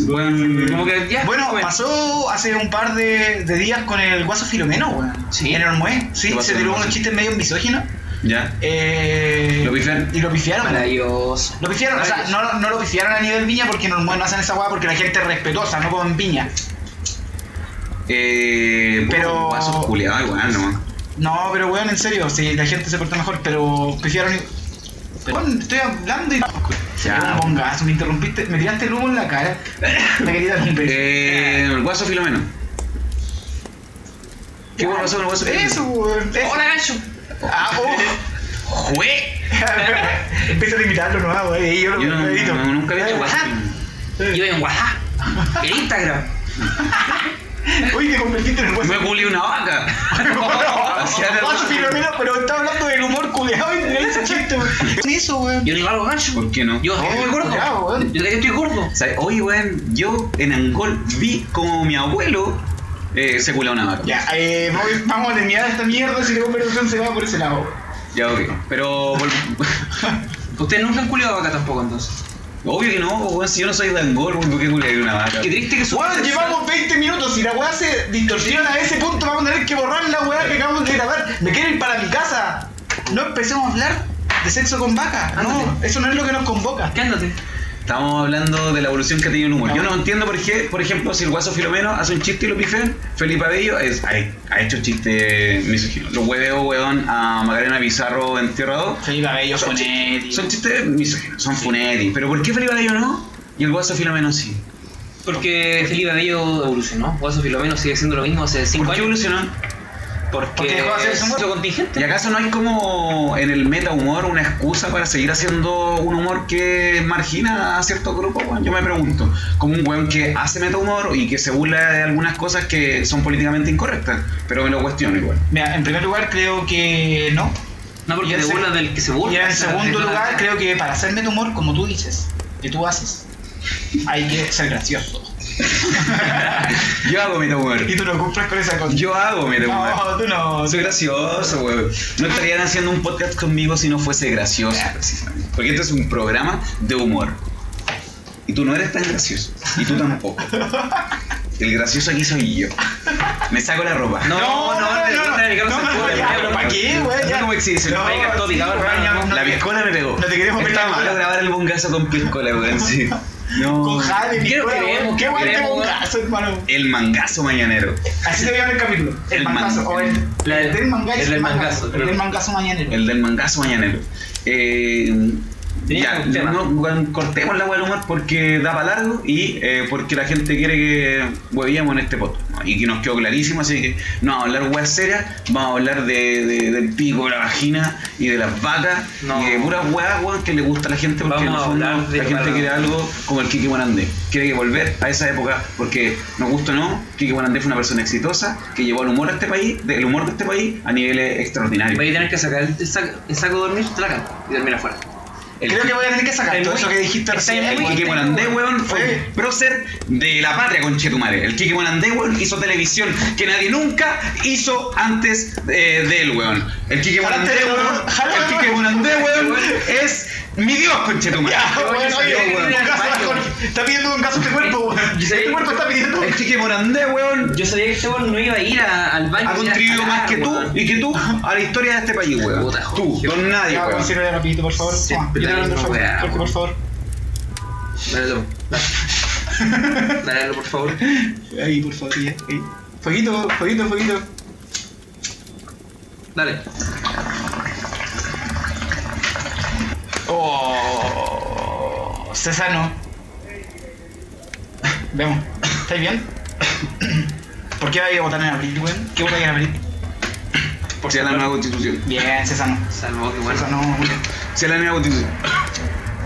Speaker 2: Weón,
Speaker 3: Como que ya.
Speaker 1: Bueno,
Speaker 3: joven.
Speaker 1: pasó hace un par de, de días con el guaso Filomeno, weón.
Speaker 3: Sí.
Speaker 1: En el Mue, sí,
Speaker 2: ¿Qué pasó
Speaker 1: se
Speaker 2: con el
Speaker 1: tiró
Speaker 2: guaso?
Speaker 1: unos chistes medio misóginos.
Speaker 2: Ya.
Speaker 1: Eh,
Speaker 2: Lo pifiaron.
Speaker 1: Y lo pifiaron. weón.
Speaker 3: Maravilloso.
Speaker 1: Lo pifiaron, o sea, no, no lo pifiaron a nivel viña porque no, no hacen esa weá porque la gente es respetuosa, no como en viña.
Speaker 2: Eh,
Speaker 1: Pero-
Speaker 2: Pasos culiados, igual, no.
Speaker 1: No, pero weón, en serio, si la gente se porta mejor, pero pifiaron y. Weón, estoy hablando y.
Speaker 2: Ya.
Speaker 1: Un bongazo, me interrumpiste, me tiraste el humo en la cara. Me quería dar un beso.
Speaker 2: Eh, el guaso filomeno. ¿Qué hubo pasó con el guaso filomeno?
Speaker 1: Eso, weón. eso.
Speaker 3: Hola, gacho.
Speaker 1: Ah, oh. Empieza a imitarlo nuevo, güey. Yo lo
Speaker 2: Yo no- no-
Speaker 1: edito.
Speaker 2: no- nunca había hecho guaso
Speaker 1: Ajá.
Speaker 2: filomeno.
Speaker 3: Yo en WhatsApp. En Instagram.
Speaker 1: Uy, te convertiste en el
Speaker 2: Me
Speaker 1: guaso.
Speaker 2: culé una vaca. Hacía de-
Speaker 1: Guaso filomeno, pero está hablando del humor culeado y le dice chiste. güey. ¿Qué es eso, güey?
Speaker 3: Yo no largo gancho.
Speaker 2: ¿Por qué no?
Speaker 3: Yo
Speaker 1: Oh,
Speaker 3: estoy gordo.
Speaker 1: cuidado, weón.
Speaker 3: Yo estoy gordo.
Speaker 2: O sea, Oye, weón, yo en Angol vi como mi abuelo eh, se culó una vaca.
Speaker 1: Ya, eh, voy- vamos a terminar esta mierda si la conversación se va por ese lado.
Speaker 2: Ya, ok. Pero, vol-
Speaker 3: Ustedes nunca han culiado vaca tampoco, entonces.
Speaker 2: obvio que no, weón, si yo no soy de Angol, weón, ¿por qué culé una vaca?
Speaker 3: Qué triste que su.
Speaker 1: Bueno, llevamos 20 minutos. Si la weá se distorsiona a ese punto, vamos a tener que borrar la weá que acabamos de grabar. Me quiero ir para mi casa. No empecemos a hablar de sexo con vaca. No,
Speaker 3: Ándate.
Speaker 1: eso no es lo que nos convoca.
Speaker 3: ¿Qué ándate?
Speaker 2: Estamos hablando de la evolución que ha tenido el humor. Yo no entiendo por qué, por ejemplo, si el guaso Filomeno hace un chiste y lo pifean, Felipe Abello es, ha, ha hecho chiste misógino. Lo hueveo, weón, a Macarena Pizarro en Tierra 2.
Speaker 1: Felipe Abello,
Speaker 2: Son
Speaker 1: Fonetti.
Speaker 2: Son chistes misóginos, son funetis. Pero ¿por qué Felipe Abello no? Y el guaso Filomeno sí.
Speaker 3: Porque Felipe Bello evolucionó. Guaso Filomeno sigue siendo lo mismo hace
Speaker 2: ¿Por
Speaker 3: 5
Speaker 2: qué
Speaker 3: años.
Speaker 2: evolucionó?
Speaker 1: Porque dejó de hacer
Speaker 3: Porque es
Speaker 1: humor.
Speaker 3: otro contingente.
Speaker 2: ¿Y acaso no hay como en el meta humor una excusa para seguir haciendo un humor que margina a ciertos grupos? Bueno, yo me pregunto, como un weón que hace meta humor y que se burla de algunas cosas que son políticamente incorrectas, pero me lo cuestiono igual.
Speaker 1: Mira, en primer lugar creo que no.
Speaker 3: No
Speaker 1: Y
Speaker 3: porque
Speaker 1: en
Speaker 3: te
Speaker 1: sec-
Speaker 3: burlas del que se burla.
Speaker 1: Y en
Speaker 3: o sea,
Speaker 1: segundo
Speaker 3: de-
Speaker 1: lugar creo que para hacerme tu humor, como tú dices, que tú haces, hay que ser gracioso.
Speaker 2: Yo hago meta humor.
Speaker 1: Y tú no cumples con esa cosa.
Speaker 2: Yo hago meta humor.
Speaker 1: No, tú no.
Speaker 2: Soy gracioso, weón. No estarían haciendo un podcast conmigo si no fuese gracioso, precisamente. Porque este es un programa de humor. Y tú no eres tan gracioso. Y tú tampoco. El gracioso aquí soy yo. Me saco la ropa.
Speaker 3: No, no, no, te gusta dedicar
Speaker 1: no,
Speaker 3: ese
Speaker 1: no,
Speaker 3: juego,
Speaker 1: ya,
Speaker 3: ya,
Speaker 1: pero
Speaker 3: ya.
Speaker 1: ¿para qué, güey? Ya.
Speaker 2: No, como exhibición,
Speaker 1: No,
Speaker 2: no,
Speaker 3: vaya
Speaker 1: sí,
Speaker 3: tópica,
Speaker 1: güey,
Speaker 3: hermano,
Speaker 1: ya,
Speaker 3: no,
Speaker 1: no,
Speaker 2: La piscola me pegó.
Speaker 1: No te queremos meter
Speaker 2: Está
Speaker 1: la
Speaker 2: malo
Speaker 1: mano.
Speaker 2: grabar el bongazo con piscola, weón. Sí. No.
Speaker 1: Con Jade, mi
Speaker 3: Quiero
Speaker 1: güey,
Speaker 3: creer,
Speaker 1: güey, Qué
Speaker 3: quiero
Speaker 1: guay
Speaker 3: creer,
Speaker 1: tengo un
Speaker 3: güey.
Speaker 1: caso, hermano.
Speaker 2: El mangazo mañanero.
Speaker 1: Así se veía en el capítulo.
Speaker 2: El
Speaker 1: El mangazo.
Speaker 2: man-
Speaker 1: O el
Speaker 3: la-
Speaker 1: el del mangazo.
Speaker 3: el del mangazo,
Speaker 1: El del
Speaker 3: claro.
Speaker 1: mangazo mañanero.
Speaker 2: El del mangazo mañanero. Eh, Ya, no, weón, cortemos la hueá del humor porque da para largo y eh, porque la gente quiere que hueviemos en este podcast. ¿no? Y que nos quedó clarísimo, así que no vamos a hablar hueá serias, vamos a hablar de, de- del pico, de la vagina y de las vacas
Speaker 3: No.
Speaker 2: y de puras hueá que le gusta a la gente porque
Speaker 3: Vamos a
Speaker 2: en el fondo
Speaker 3: hablar de
Speaker 2: la gente
Speaker 3: para-
Speaker 2: quiere algo como el Kiki Buenandé. Quiere que volver a esa época porque, nos gusta o no, Kiki Buenandé fue una persona exitosa que llevó el humor a este país, del humor de este país a niveles extraordinarios.
Speaker 3: Voy a tener que sacar el saco, el saco de dormir, traca, y dormir afuera.
Speaker 2: El
Speaker 1: Creo que voy a tener que sacar
Speaker 3: el
Speaker 1: todo
Speaker 3: muy-
Speaker 1: eso que dijiste
Speaker 3: está
Speaker 1: recién.
Speaker 3: muy-
Speaker 1: weón.
Speaker 2: Quique Morandé, weón, fue el prócer de la patria, conchetumare. El Quique Morandé, weón, hizo televisión que nadie nunca hizo antes eh, de él, weón. El Quique
Speaker 1: Antes
Speaker 2: Morandé,
Speaker 1: de-
Speaker 2: weón,
Speaker 1: Jala,
Speaker 2: el Quique Morandé, weón, es mi dios, conchetumare.
Speaker 1: Ya, weón, oye,
Speaker 3: salió, weón,
Speaker 1: un
Speaker 3: al
Speaker 1: caso
Speaker 3: baño,
Speaker 1: con- Está pidiendo un caso este cuerpo, weón.
Speaker 3: Yo sé-
Speaker 1: Este cuerpo está pidiendo.
Speaker 2: El Quique Morandé, weón,
Speaker 3: Yo sabía que este weón no iba a ir a- al baño.
Speaker 2: ha
Speaker 3: y a
Speaker 2: contribuido
Speaker 3: cagar,
Speaker 2: más que tú
Speaker 3: weón.
Speaker 2: y que tú a la historia de este país, weón.
Speaker 3: Puta, joder.
Speaker 2: Tú, don nadie,
Speaker 1: Ya,
Speaker 2: weón.
Speaker 1: Sirve de rapidito, por favor. Toma,
Speaker 3: Siempre la
Speaker 1: dale, por
Speaker 3: misma
Speaker 1: favor.
Speaker 3: weá,
Speaker 1: Jorge, por favor.
Speaker 3: Dale, tú. Dale, dale, por favor.
Speaker 1: Ahí, por favor, ya. ahí. Fueguito, fueguito, fueguito.
Speaker 3: Dale.
Speaker 1: Oh, César no. Vemos. ¿Estáis bien? ¿Por qué va a ir a votar en abril, weón? ¿Qué vota en abril?
Speaker 2: Por si a la nueva constitución.
Speaker 1: Bien, César no.
Speaker 3: Salvo que
Speaker 1: César
Speaker 3: bueno.
Speaker 1: no, muy bien.
Speaker 2: Si a la nueva constitución.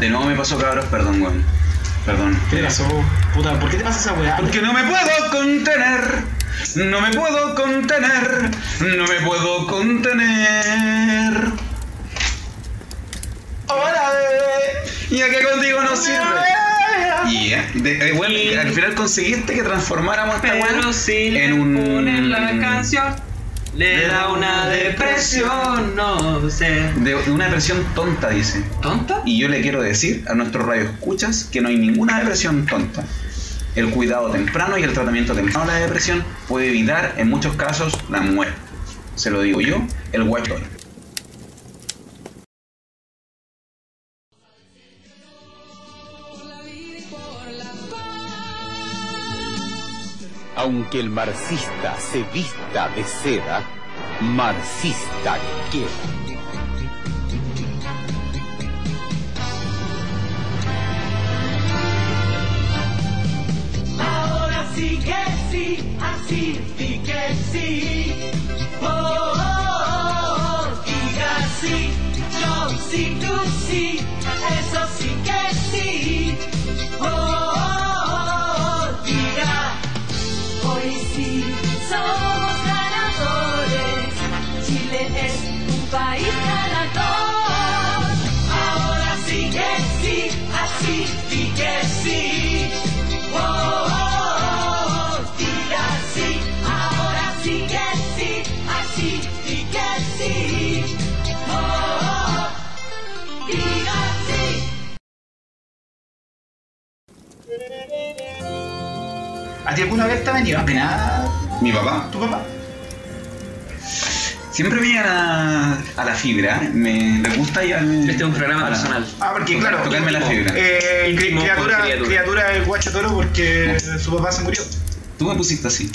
Speaker 2: De nuevo me pasó, cabros, perdón, weón. Perdón.
Speaker 1: ¿Qué
Speaker 2: Eh,
Speaker 1: te pasó? Puta, ¿por qué te pasa esa weá?
Speaker 2: Porque no me puedo contener, no me puedo contener, no me puedo contener.
Speaker 1: ¡Hola, bebé!
Speaker 2: Ya que contigo no sirve.
Speaker 1: sirve.
Speaker 2: Y eh, de- eh, bueno, al final conseguiste que transformáramos esta
Speaker 3: Pero
Speaker 2: weá
Speaker 3: si le
Speaker 2: en un.
Speaker 3: ponen la canción, le da una depresión, no sé.
Speaker 2: De, de una depresión tonta, dice.
Speaker 3: ¿Tonta?
Speaker 2: Y yo le quiero decir a nuestros radioescuchas que no hay ninguna depresión tonta. El cuidado temprano y el tratamiento temprano de la depresión puede evitar en muchos casos la muerte. Se lo digo yo, el guacho.
Speaker 6: Aunque el marxista se vista de seda, marxista queda.
Speaker 7: Ahora sí que sí, así sí que sí. Oh, oh, oh, diga sí, yo sí, tú sí, eso sí que sí. Oh, oh, oh, diga, hoy sí somos ganadores. Chile es un país ganador. Ahora sí que sí, así sí que sí. Oh, oh, oh, diga sí, ahora sí que sí, así sí que sí. Oh, oh, oh, diga sí.
Speaker 1: ¿A ti alguna vez te ha venido a penar
Speaker 2: Mi papá
Speaker 1: tu papá?
Speaker 2: siempre viene a la, a la fibra. ¿eh? Me, me gusta ya.
Speaker 3: Este es un programa
Speaker 2: a la-
Speaker 3: personal.
Speaker 1: Ah, porque
Speaker 2: Tocar-
Speaker 1: claro.
Speaker 2: tocarme la fibra.
Speaker 1: Eh, cri-
Speaker 3: Íntimo con
Speaker 1: criatura,
Speaker 3: criatura.
Speaker 1: criatura del guacho toro porque su papá se murió.
Speaker 2: Tú me pusiste así.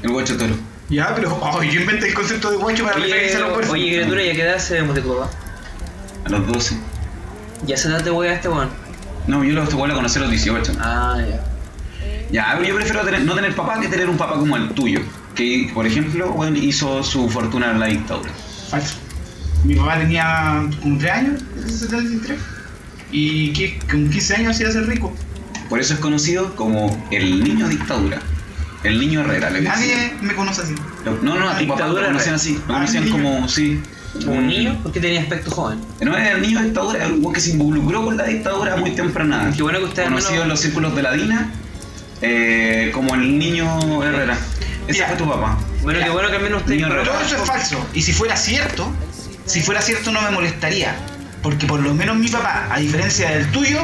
Speaker 2: El guacho toro.
Speaker 1: Ya, pero oh, yo inventé el concepto de guacho para referirse a
Speaker 3: Oye,
Speaker 1: los cuerpos.
Speaker 3: oye, criatura, ¿ya qué edad se vemos de tu papá?
Speaker 2: A los 12.
Speaker 3: ¿Ya se da de hueá este weón?
Speaker 2: No, yo los voy a conocer a los 18.
Speaker 3: Ah, ya.
Speaker 2: Ya, pero yo prefiero tener- no tener papá que tener un papá como el tuyo. Que, por ejemplo, bueno, hizo su fortuna en la dictadura.
Speaker 1: Falso. Mi papá tenía cumpleaños, en el 73, y que- con 15 años hacía ser rico.
Speaker 2: Por eso es conocido como el niño dictadura. El niño Herrera, le decían.
Speaker 1: Nadie me conoce así.
Speaker 2: Lo- No, no, a ti papá lo
Speaker 3: Dictadura
Speaker 2: conocían
Speaker 3: Herrera.
Speaker 2: así. Lo
Speaker 1: Ah,
Speaker 2: conocían
Speaker 1: niño.
Speaker 2: como, sí.
Speaker 3: ¿Un niño? ¿Por qué tenía aspecto joven?
Speaker 2: No era el niño dictadura, era un weón que se involucró con la dictadura muy temprana.
Speaker 3: Qué bueno que ustedes
Speaker 2: Conocido
Speaker 3: no-
Speaker 2: en los círculos de la DINA eh, como el niño Herrera. Ese
Speaker 1: Ya.
Speaker 2: fue tu papá.
Speaker 3: Bueno, qué bueno que al menos ustedes.
Speaker 2: Niño
Speaker 1: Todo eso es falso. Y si fuera cierto, si fuera cierto no me molestaría. Porque por lo menos mi papá, a diferencia del tuyo,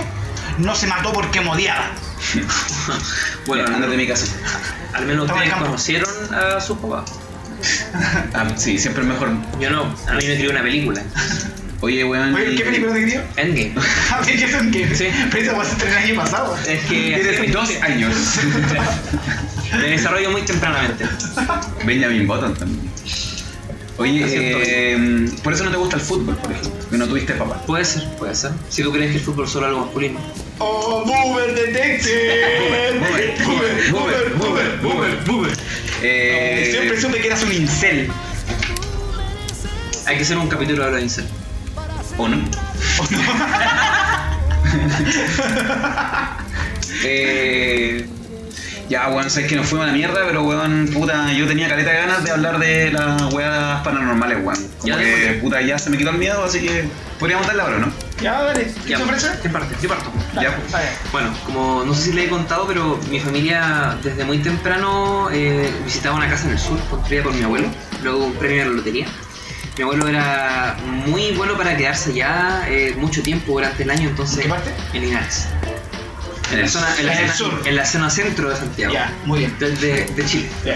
Speaker 1: no se mató porque me odiaba.
Speaker 3: Bueno,
Speaker 2: Andate de mi casa.
Speaker 3: al menos
Speaker 1: Toma el
Speaker 3: ustedes
Speaker 1: campo.
Speaker 3: conocieron a su papá.
Speaker 2: Ah, sí, siempre mejor.
Speaker 3: Yo no, a mí me crió una película.
Speaker 2: Oye, weón.
Speaker 1: Oye,
Speaker 2: y-
Speaker 1: ¿qué película te quería?
Speaker 3: Endgame. Sí.
Speaker 1: Pero esa fue hace tres años pasado.
Speaker 3: Es que así-
Speaker 2: Tienes dos años.
Speaker 3: me desarrollo muy tempranamente.
Speaker 2: Benjamin Button también. Oye,
Speaker 3: Lo siento.
Speaker 2: eh, por eso no te gusta el fútbol, por ejemplo, que no tuviste papá.
Speaker 3: Puede ser, puede ser. Si tú crees que el fútbol es solo algo masculino.
Speaker 1: ¡Oh, Boomer Detective!
Speaker 2: Boomer, boomer, boomer, boomer, boomer, boomer. Eh,
Speaker 1: Siempre supe que eras un incel.
Speaker 3: Hay que hacer un capítulo de los incel.
Speaker 2: ¿O no? Eh, ya, weón, sabes que nos fuimos a la mierda, pero weón, puta, yo tenía caleta de ganas de hablar de las weas paranormales, weón.
Speaker 3: Ya,
Speaker 2: Ya, que,
Speaker 3: démosle.
Speaker 2: puta, ya se me quitó el miedo, así que podríamos darle ahora, ¿no?
Speaker 1: Ya, dale. ¿Qué
Speaker 3: Ya,
Speaker 1: sorpresa?
Speaker 3: Yo parto, yo parto.
Speaker 2: Ya, pues.
Speaker 1: Ah, ya.
Speaker 3: Bueno, como no sé si le he contado, pero mi familia desde muy temprano eh, visitaba una casa en el sur, construida por mi abuelo, luego un premio de la lotería. Mi abuelo era muy bueno para quedarse allá eh, mucho tiempo durante el año, entonces...
Speaker 1: ¿En qué parte?
Speaker 3: En Linares.
Speaker 2: En
Speaker 3: En
Speaker 2: el
Speaker 3: la zona, en la
Speaker 1: en el
Speaker 3: zona-
Speaker 1: sur.
Speaker 3: en la zona centro de Santiago.
Speaker 1: Ya, muy bien.
Speaker 3: De, de- de Chile.
Speaker 1: Ya.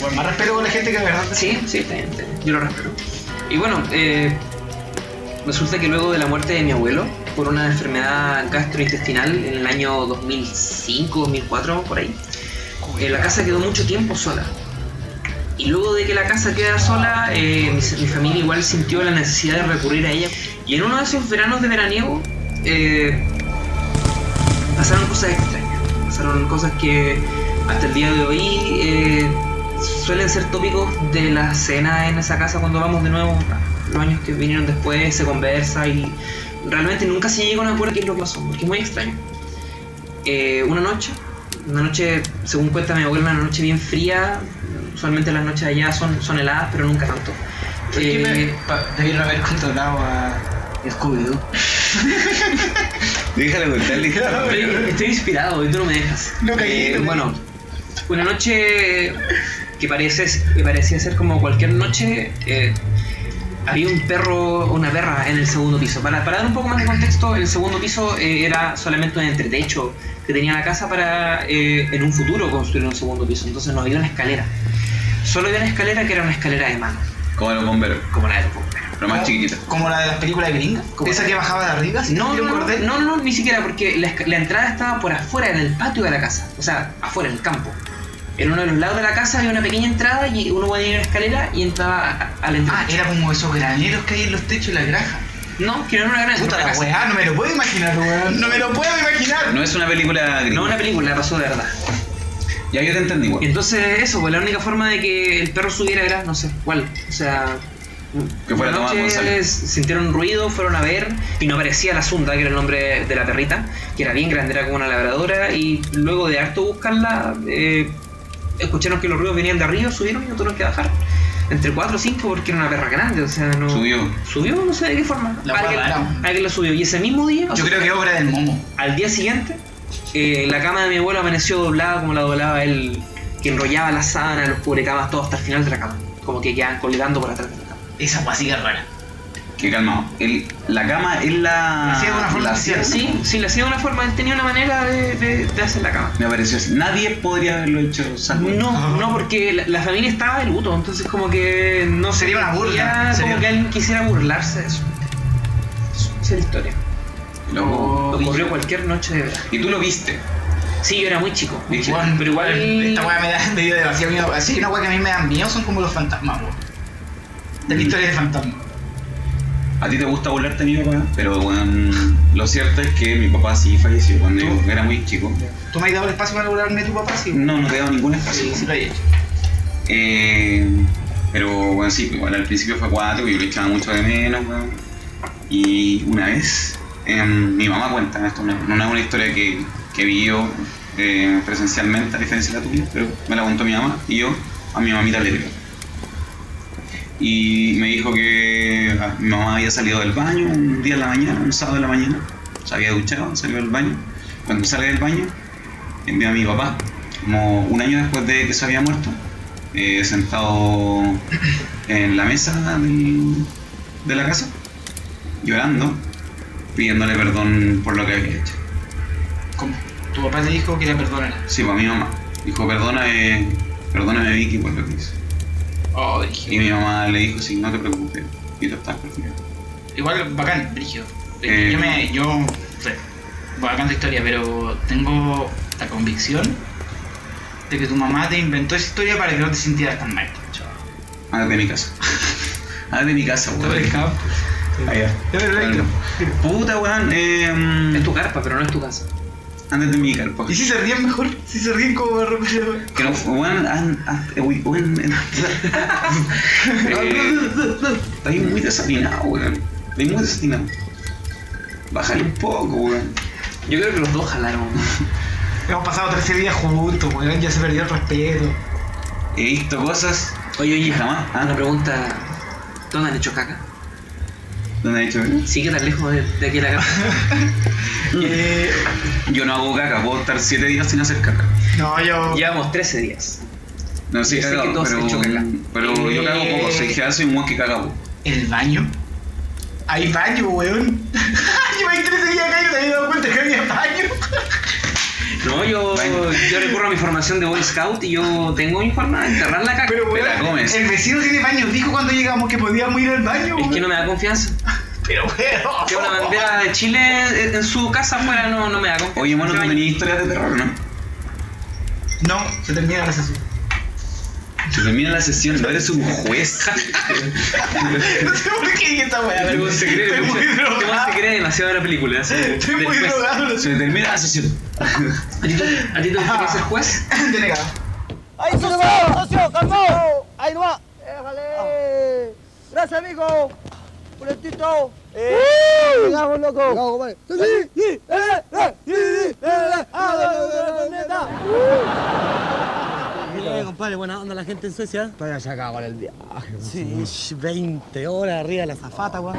Speaker 1: Bueno, más respeto con la gente que de verdad.
Speaker 3: Sí, sí, está bien, está bien. Yo lo respeto. Y bueno, eh, resulta que luego de la muerte de mi abuelo, por una enfermedad gastrointestinal en el año 2005, 2004, por ahí, eh, la casa quedó mucho tiempo sola. Y luego de que la casa quedara sola, eh, mi, mi familia igual sintió la necesidad de recurrir a ella. Y en uno de esos veranos de veraniego, eh, pasaron cosas extrañas. Pasaron cosas que hasta el día de hoy eh, suelen ser tópicos de la cena en esa casa cuando vamos de nuevo. Los años que vinieron después se conversa y realmente nunca se llega a un acuerdo de qué es lo que pasó, porque es muy extraño. Eh, una noche, una noche, según cuenta mi abuela, una noche bien fría. Usualmente las noches allá son, son heladas, pero nunca tanto. Eh,
Speaker 1: Debieron haber contratado a Scooby-Doo.
Speaker 2: Déjale contar,
Speaker 1: "Ah,
Speaker 2: déjale.
Speaker 3: Estoy, estoy inspirado y tú no me dejas. Eh,
Speaker 1: No caí, no caí.
Speaker 3: bueno, una noche que, parece, que parecía ser como cualquier noche, eh, había un perro, una perra en el segundo piso. Para, para dar un poco más de contexto, el segundo piso eh, era solamente un entretecho que tenía la casa para eh, en un futuro construir un segundo piso. Entonces no había una escalera. Solo había una escalera que era una escalera de mano,
Speaker 2: Como los bomberos,
Speaker 3: como la de los bomberos.
Speaker 2: pero
Speaker 1: Ah.
Speaker 2: más chiquitita.
Speaker 1: Como la de las películas de gringa.
Speaker 3: ¿Cómo?
Speaker 1: Esa que bajaba de arriba, si
Speaker 3: No,
Speaker 1: te
Speaker 3: no,
Speaker 1: acordás.
Speaker 3: no, no, ni siquiera, porque la, esca- la entrada estaba por afuera, en el patio de la casa. O sea, afuera, en el campo. En uno de los lados de la casa había una pequeña entrada y uno podía ir a una escalera y entraba a, a la entrada.
Speaker 1: Ah, era como esos graneros que hay en los techos de la granja.
Speaker 3: No, que no era una gran
Speaker 1: Puta la weá, no me lo puedo imaginar, weón. No me lo puedo imaginar.
Speaker 2: No es una película gringa.
Speaker 3: No una película, pasó de verdad.
Speaker 2: Ya yo te entendí,
Speaker 3: Y
Speaker 2: weón.
Speaker 3: entonces eso, pues la única forma de que el perro subiera era, no sé cuál. O sea,
Speaker 2: Que fuera
Speaker 3: una
Speaker 2: Tomás
Speaker 3: noche
Speaker 2: González.
Speaker 3: sintieron ruido, fueron a ver y no aparecía la Sunda, que era el nombre de la perrita, que era bien grande, era como una labradora y luego de harto buscarla, eh, escucharon que los ruidos venían de arriba, subieron y no tuvieron que bajar. Entre 4 o 5 porque era una perra grande, o sea, no...
Speaker 2: Subió.
Speaker 3: Subió, no sé de qué forma.
Speaker 1: La
Speaker 3: alguien,
Speaker 1: guardaron.
Speaker 3: alguien la subió y ese mismo día... o
Speaker 1: Yo
Speaker 3: sea,
Speaker 1: creo que obra del momo.
Speaker 3: al día siguiente, eh, la cama de mi abuelo amaneció doblada como la doblaba él, que enrollaba la sábana, los cubrecamas, todo hasta el final de la cama. Como que quedaban colgando por atrás de la cama.
Speaker 1: Esa weá sí que es rara.
Speaker 2: Qué calmado. El- la cama es la.
Speaker 1: La hacía de una forma
Speaker 2: la
Speaker 1: especial.
Speaker 2: hacía-
Speaker 3: Sí, sí, le hacía de una forma, él tenía una manera de, de- de hacer la cama.
Speaker 2: Me pareció así. Nadie podría haberlo hecho, salvo.
Speaker 3: No, no, porque la, la familia estaba de luto, entonces como que no se
Speaker 1: Sería una burla,
Speaker 3: veía Como
Speaker 1: sería-
Speaker 3: que alguien quisiera burlarse de eso. Esa es la historia.
Speaker 2: Loco.
Speaker 3: Ocurrió cualquier noche de verano.
Speaker 2: Y tú lo viste.
Speaker 3: Sí, yo era muy chico. muy chico,
Speaker 1: Weón,
Speaker 3: pero igual... eh,
Speaker 1: Esta weá me da me dio demasiado miedo. Así que una weá que a mí me dan miedo son como los fantasmas, weón. De la historia de fantasmas.
Speaker 2: A ti te gusta volarte mi papá, pero weón, lo cierto es que mi papá sí falleció cuando yo era muy chico.
Speaker 1: ¿Tú me has dado el espacio para volarme tu papá? Sí,
Speaker 2: No, no te he dado ningún espacio.
Speaker 1: sí, sí lo he hecho.
Speaker 2: Eh, pero bueno, sí, igual al principio fue acuático, yo le echaba mucho de menos, weón. Y una vez, em, mi mamá cuenta, esto no, no es una historia que, que vi yo eh, presencialmente, a diferencia de la tuya, pero me la contó mi mamá y yo a mi mamita le creo. Y me dijo que ah, mi mamá había salido del baño un día en la mañana, un sábado en la mañana, se había duchado, salió del baño. Cuando sale del baño, envió a mi papá, como un año después de que se había muerto, eh, sentado en la mesa del- de la casa, llorando, pidiéndole perdón por lo que había hecho.
Speaker 1: ¿Cómo? Tu papá te dijo que la perdonara.
Speaker 2: Sí, para mi mamá. Dijo, perdóname, perdóname Vicky por lo que hice.
Speaker 1: Oh,
Speaker 2: Y mi mamá le dijo, sí, no te preocupes, y tú estás perfecto.
Speaker 1: Igual, bacán, brígido.
Speaker 2: Eh,
Speaker 1: yo me. Yo. sí, Bacán tu historia, pero tengo la convicción de que tu mamá te inventó esa historia para que no te sintieras tan mal, chaval.
Speaker 2: Ah, de mi casa. Ah, de mi casa,
Speaker 1: Está por
Speaker 2: weón.
Speaker 1: el campo.
Speaker 2: Allá.
Speaker 1: Es verdad que-
Speaker 2: Puta, weón.
Speaker 3: Es
Speaker 2: Eh,
Speaker 3: tu carpa, pero no es tu casa.
Speaker 2: antes de mi carpa.
Speaker 1: Y si se ríen mejor, si se ríen como
Speaker 2: Que no, weón, an- an- eh, uy, weón, eh, eh, Estáis muy desatinado, weón. Estáis muy desatinado. Bájale un poco, weón.
Speaker 3: Yo creo que los dos jalaron.
Speaker 1: Hemos pasado 13 días juntos, weón, ya se perdió el respeto.
Speaker 2: He visto cosas
Speaker 3: Oye,
Speaker 2: que
Speaker 3: oye,
Speaker 2: jamás.
Speaker 3: Ah, una
Speaker 2: Ah,
Speaker 3: pregunta. ¿Dónde han hecho caca?
Speaker 2: ¿Dónde he dicho?
Speaker 3: Sí, que tan lejos de, de aquí a la casa. Mm.
Speaker 1: Eh,
Speaker 2: Yo no hago caca, puedo estar 7 días sin hacer caca.
Speaker 1: no, yo.
Speaker 3: Llevamos 13 días.
Speaker 2: No sé,
Speaker 3: Yo sé que
Speaker 2: cagado,
Speaker 3: todos han hecho
Speaker 2: pero,
Speaker 3: caca.
Speaker 2: pero yo cago poco.
Speaker 1: Eh.
Speaker 2: Soy que soy un buen que caga poco.
Speaker 1: ¿El baño? Hay baño, weón. Lleváis 13 días acá y no te había dado cuenta que había baño.
Speaker 3: No, yo,
Speaker 2: Bueno.
Speaker 3: yo recurro a mi formación de Boy Scout y yo tengo mi forma de enterrar la caca.
Speaker 1: Pero
Speaker 2: Te la
Speaker 1: weón,
Speaker 2: comes.
Speaker 1: el vecino tiene baño, dijo cuando llegamos que podíamos ir al baño,
Speaker 3: es
Speaker 1: weón.
Speaker 3: que no me da confianza.
Speaker 1: Pero weón.
Speaker 3: Tengo la bandera de Chile en- en su casa afuera, no, no me da confianza.
Speaker 2: Oye, mono, tú
Speaker 3: Este baño-
Speaker 2: tenías historias de terror, ¿no?
Speaker 1: No, se termina la sesión.
Speaker 2: Se termina la sesión, no eres un juez.
Speaker 1: No sé por qué dije esta weá,
Speaker 3: Este
Speaker 1: pero
Speaker 3: weón se cree
Speaker 1: estoy muy
Speaker 3: mucho- este weón
Speaker 1: drogado.
Speaker 3: se cree demasiado de la película. así,
Speaker 1: Estoy
Speaker 3: del
Speaker 1: muy
Speaker 3: juez.
Speaker 1: drogado, lo
Speaker 2: Se termina la sesión.
Speaker 3: ¿A ti te- a ti te gustaría ser juez?
Speaker 1: siento. Denegado.
Speaker 8: Ahí se lo va, socio, calmado. Ahí no va. Déjale. Gracias, amigo. Puletito.
Speaker 9: Eh.
Speaker 8: Llegamos, loco. Llegamos, compadre. Sí, sí, sí. Eh, eh, sí, sí. Eh, eh. Ah, de- de- de- de- neta. eh,
Speaker 9: Mira, compadre, buena onda la gente en Suecia.
Speaker 8: Todavía se acaba con el viaje.
Speaker 9: Sí, 20 horas arriba de la zafata, weón.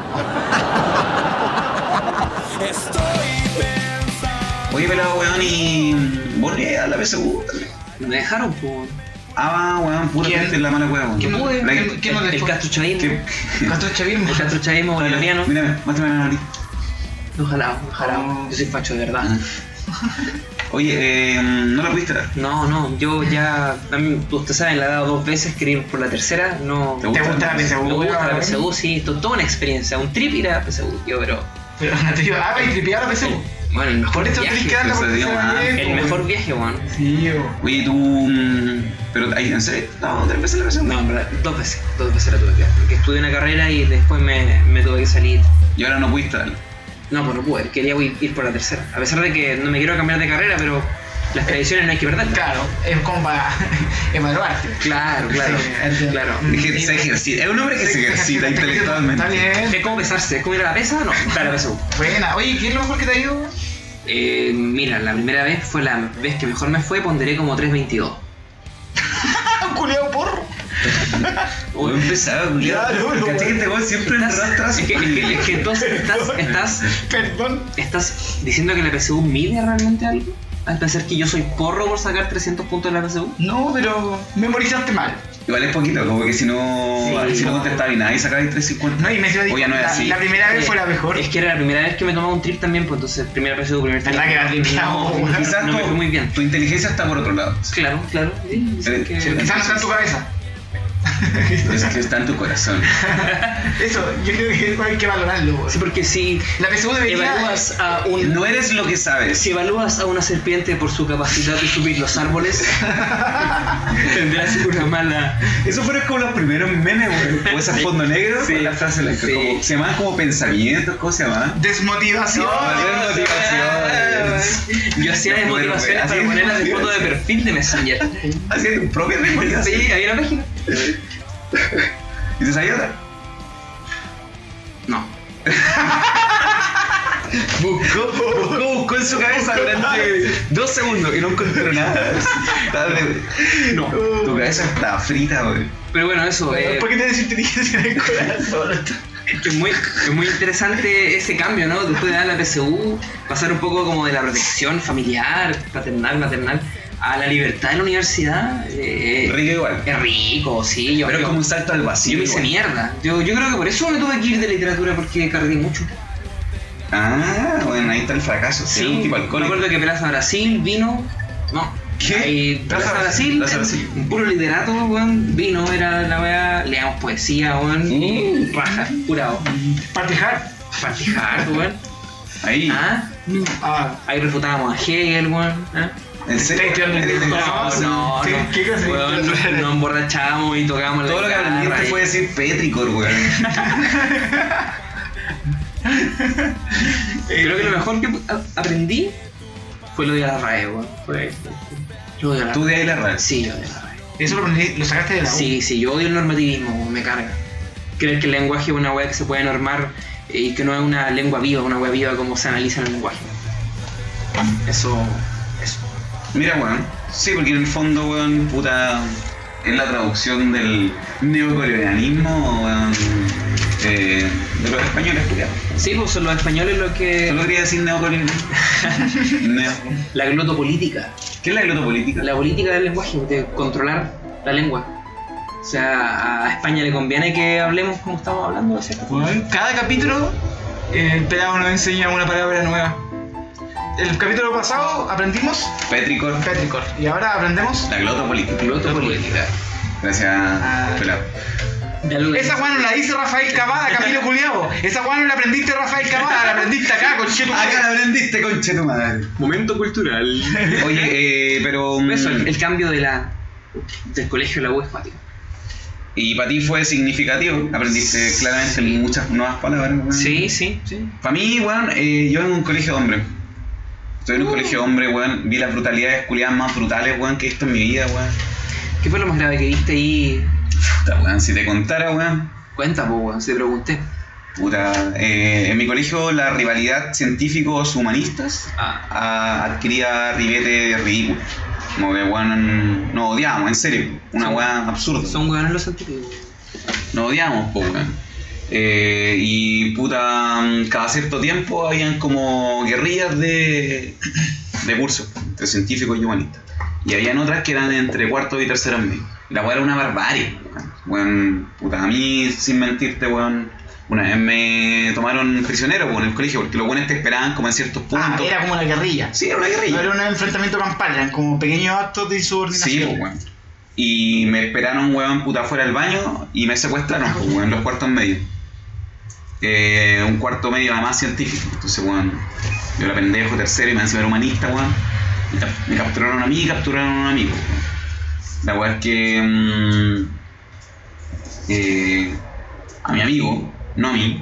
Speaker 2: Oye, pelado, weón, y. Volví a la PSU también.
Speaker 3: Me dejaron, por...
Speaker 2: Ah, weón, pura
Speaker 1: ¿Quién?
Speaker 2: gente en la mala weón.
Speaker 1: ¿Quién no-
Speaker 2: La-
Speaker 1: quién- quién no
Speaker 3: El
Speaker 1: dejó?
Speaker 3: Castro Chavín.
Speaker 2: ¿Qué?
Speaker 1: Gastó chavismo.
Speaker 3: El Castro Chavismo boliviano.
Speaker 2: Mírame, muéstrame la nariz. Ah.
Speaker 3: No jalado, no jalado.
Speaker 1: Oh.
Speaker 3: Yo soy facho de verdad.
Speaker 2: Oye, eh, no la pudiste dar.
Speaker 3: No, no, yo ya. A mí, usted sabe, la he dado dos veces, quería ir por la tercera. No.
Speaker 1: ¿Te gusta la PSU?
Speaker 3: Me gusta la
Speaker 1: weón?
Speaker 3: PSU, sí, esto es toda una experiencia. Un trip ir a la PSU, yo, pero.
Speaker 1: Pero te digo, ah, y tripear a PSU.
Speaker 3: Bueno, el mejor
Speaker 1: Por esto tenés que
Speaker 3: viaje.
Speaker 1: darle
Speaker 2: ese
Speaker 1: por
Speaker 2: idioma,
Speaker 1: tercera
Speaker 2: ah,
Speaker 1: vez,
Speaker 3: El
Speaker 1: po,
Speaker 3: mejor
Speaker 1: weón.
Speaker 3: viaje, weón.
Speaker 1: Sí, weón.
Speaker 2: Oye, tú. mm, Pero, ay, en serio, no, tres veces la PSU.
Speaker 3: No, en verdad, dos veces, dos veces la tuve que dar. Porque estudié una carrera y después me, me tuve que salir.
Speaker 2: Y ahora no pudiste darla.
Speaker 3: No, pues no pude, quería ir ir por la tercera. A pesar de que no me quiero cambiar de carrera, pero las tradiciones no hay que perderlas.
Speaker 1: Claro, es como para evaluarte.
Speaker 3: Claro, claro,
Speaker 1: Sí, entiendo.
Speaker 3: claro.
Speaker 2: Es que se ejercita. Es un hombre que se ejercita intelectualmente.
Speaker 1: Está bien.
Speaker 3: Es como besarse, es como ir a la pesa, no, dar la PSU.
Speaker 1: Buena. Oye, ¿qué es lo mejor que te ha ido?
Speaker 3: Eh, mira, la primera vez fue la vez que mejor me fue, ponderé como 3.22.
Speaker 1: Un culiao porro.
Speaker 2: Uy, empezaba,
Speaker 1: Claro,
Speaker 2: culiado.
Speaker 1: no,
Speaker 2: Caché que este weón siempre arrastra
Speaker 3: Estás,
Speaker 2: su
Speaker 3: es que, es que- es que entonces estás, estás,
Speaker 1: Perdón.
Speaker 3: estás diciendo que la PSU mide realmente algo. Al pensar que yo soy porro por sacar 300 puntos de la PSU.
Speaker 1: No, pero memorizaste mal.
Speaker 2: Igual es poquito, como que si no,
Speaker 3: Sí.
Speaker 2: si no contestaba y nada y sacaba el 350.
Speaker 1: No, y me
Speaker 2: Oye, no es
Speaker 1: la,
Speaker 2: así.
Speaker 1: la primera vez fue la mejor.
Speaker 3: Eh, Es que era la primera vez que me tomaba un trip también, pues entonces, primera PSU, primer trip.
Speaker 1: ¿Verdad que la tripeamos,
Speaker 3: No,
Speaker 1: weón?
Speaker 2: Quizás
Speaker 3: no me
Speaker 2: tu-
Speaker 3: fue muy bien.
Speaker 2: Tu inteligencia está por otro lado.
Speaker 3: Claro, claro. sí, sí,
Speaker 2: Eh,
Speaker 3: que-
Speaker 2: sí,
Speaker 1: Quizás no está en tu cabeza.
Speaker 2: Es que está en tu corazón.
Speaker 1: Eso, yo creo que eso hay que valorarlo. weón.
Speaker 3: Sí, porque si
Speaker 1: La PSU debería.
Speaker 3: evalúas a un
Speaker 2: No eres lo que sabes.
Speaker 3: Si evalúas a una serpiente por su capacidad de subir los árboles, tendrás una mala.
Speaker 2: Eso fueron como los primeros memes, güey. O esas fondo negro.
Speaker 3: Sí.
Speaker 2: Sí. pues, La frase la que
Speaker 3: Sí.
Speaker 2: como- se llamaban como pensamientos, ¿cómo se llamaban?
Speaker 1: Desmotivación.
Speaker 2: Desmotivaciones.
Speaker 3: Yo hacía
Speaker 2: Bueno,
Speaker 3: desmotivaciones
Speaker 2: güey,
Speaker 3: para
Speaker 2: así
Speaker 3: ponerlas de
Speaker 2: es.
Speaker 3: foto de perfil de Messenger.
Speaker 2: Hacía tu propia memoria.
Speaker 3: Sí, había una página.
Speaker 2: ¿Y te sabía otra?
Speaker 3: No.
Speaker 2: Buscó, buscó, buscó en su cabeza durante dos segundos y no encontró nada. Dale. No. Tu cabeza está frita, güey.
Speaker 3: Pero bueno, eso. eh,
Speaker 1: ¿Por qué tienes inteligencia en el corazón?
Speaker 3: es, muy, es muy interesante ese cambio, ¿no? Después de dar la PSU, pasar un poco como de la protección familiar, paternal, maternal, a la libertad de la universidad. eh,
Speaker 2: Rico igual.
Speaker 3: Es rico, sí. Yo,
Speaker 2: Pero es
Speaker 3: yo-
Speaker 2: como un salto al
Speaker 3: Sí, yo
Speaker 2: vacío.
Speaker 3: me hice
Speaker 2: igual.
Speaker 3: mierda. Yo, yo creo que por eso me tuve que ir de literatura porque cargué mucho.
Speaker 2: Ah, bueno, ahí está el fracaso. Sí, un tipo
Speaker 3: me
Speaker 2: alcohólico.
Speaker 3: acuerdo que Plaza Brasil vino. No.
Speaker 2: ¿Qué?
Speaker 3: Ahí, Plaza,
Speaker 2: Plaza Brasil,
Speaker 3: Brasil,
Speaker 2: Plaza
Speaker 3: eh,
Speaker 2: Brasil.
Speaker 3: un puro literato, weón. Vino, era la wea. Leamos poesía, weón.
Speaker 2: Mm.
Speaker 3: Raja, curado.
Speaker 1: Partejar.
Speaker 3: Fatijar, weón.
Speaker 2: Ahí.
Speaker 3: Ah,
Speaker 1: Ah,
Speaker 3: Ahí refutábamos a Hegel, weón. ¿eh?
Speaker 2: ¿En serio? No, no,
Speaker 1: ¿Qué-
Speaker 2: no.
Speaker 1: qué cosa?
Speaker 2: Weón,
Speaker 3: Nos nos emborrachamos y tocamos la
Speaker 2: Todo lo que
Speaker 3: guitarra
Speaker 2: aprendiste
Speaker 3: y-
Speaker 2: fue decir Petricor, weón.
Speaker 1: eh,
Speaker 3: Creo
Speaker 2: Eh,
Speaker 3: que lo mejor que a- aprendí fue lo de la RAE, weón. Fue- Lo de la
Speaker 2: Tú
Speaker 3: RAE.
Speaker 2: de ahí la radio.
Speaker 3: Sí, lo de la RAE.
Speaker 1: Eso lo, aprendí- lo sacaste de la U.
Speaker 3: Sí, sí, yo odio el normativismo, weón, me carga. Creer que el lenguaje es una weá que se puede normar eh, y que no es una lengua viva, una weá viva como se analiza en el lenguaje. Eso. Eso.
Speaker 2: Mira, weón. Sí, porque en el fondo, weón, puta. Es la traducción del neocolonialismo, weón. eh, de los españoles, puta.
Speaker 3: Sí, pues son los españoles los que.
Speaker 2: Solo quería decir neocolonialismo. Neo.
Speaker 3: La glotopolítica.
Speaker 2: ¿Qué es la glotopolítica?
Speaker 3: La política del lenguaje, de controlar la lengua. O sea, a España le conviene que hablemos como estamos hablando, ¿no es cierto?
Speaker 1: Weón, Cada capítulo, eh, el pelado nos enseña una palabra nueva. El capítulo pasado aprendimos
Speaker 2: Petricor.
Speaker 1: Petricor y ahora aprendemos.
Speaker 2: La glotopolítica.
Speaker 3: Glotopolítica.
Speaker 2: Gracias,
Speaker 3: Ah.
Speaker 2: pelado.
Speaker 3: De algo que-
Speaker 1: Esa weá no la dice Rafael Cavada, Camilo Culiao. Esa weá no la aprendiste Rafael Cavada, la aprendiste acá con Chetu.
Speaker 2: Acá la aprendiste, conche tu madre.
Speaker 4: Momento cultural.
Speaker 2: Oye, eh, pero. mm,
Speaker 3: Eso, el, el cambio de la, del colegio a la U es cuático.
Speaker 2: Y para ti fue significativo. Aprendiste claramente muchas nuevas palabras. weón.
Speaker 3: Sí, sí, sí.
Speaker 2: Para mí, weón, eh, yo en un colegio de hombres. Estoy en un colegio de hombres, weón. Vi las brutalidades culiadas más brutales, weón, que he visto en mi vida, weón.
Speaker 3: ¿Qué fue lo más grave que viste ahí?
Speaker 2: Puta, weón, si te contara, weón.
Speaker 3: Cuenta, po, weón, si te pregunté.
Speaker 2: Puta. eh, en mi colegio la rivalidad científicos-humanistas
Speaker 3: Ah,
Speaker 2: ah, adquiría ribete ridículo. Como que, weón, nos odiamos, en serio. Una
Speaker 3: Son-
Speaker 2: weón absurda.
Speaker 3: son weones los científicos.
Speaker 2: nos odiamos, po, weón. Eh, y puta, mm, cada cierto tiempo habían como guerrillas de, de cursos, entre científicos y humanistas. Y habían otras que eran entre cuarto y tercero medio. Y La weá era una barbarie, weón. Weón, puta, a mí, sin mentirte, weón. Una vez me tomaron prisionero weón, en el colegio, porque los buenos te esperaban como en ciertos
Speaker 1: Ah,
Speaker 2: puntos.
Speaker 1: era como una guerrilla.
Speaker 2: Sí, era una
Speaker 1: No
Speaker 2: guerrilla.
Speaker 1: era un enfrentamiento campal, eran como pequeños actos de insubordinación.
Speaker 2: Sí, pues, weón. Y me esperaron, weón, puta, fuera del baño y me secuestraron, pues, weón, los cuartos medios. Eh, un cuarto medio además científico. Entonces, weón, yo era pendejo, tercero y me encima era humanista, weón. Y cap- Me capturaron a mí y capturaron a un amigo. weón. La weá es que. mm, eh, a mi amigo, no a mí,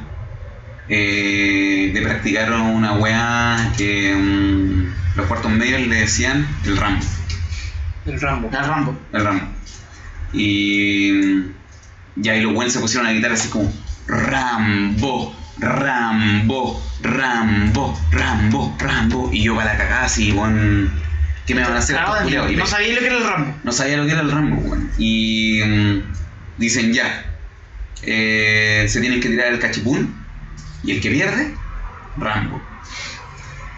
Speaker 2: eh, le practicaron una weá que mm, los cuartos medios le decían el ramo
Speaker 3: El Rambo.
Speaker 1: Era Rambo.
Speaker 2: el ramo. Y, y ahí los buenos se pusieron a gritar así como Rambo, Rambo, Rambo, Rambo, Rambo. Y yo para la cagada así, weón. ¿Qué me van a hacer?
Speaker 1: Ah,
Speaker 2: estos culiados? Y
Speaker 1: no
Speaker 2: me-
Speaker 1: sabía lo que era el Rambo.
Speaker 2: no sabía lo que era el Rambo, weón. Y mm, dicen ya, eh, se tienen que tirar el cachipún y el que pierde, Rambo.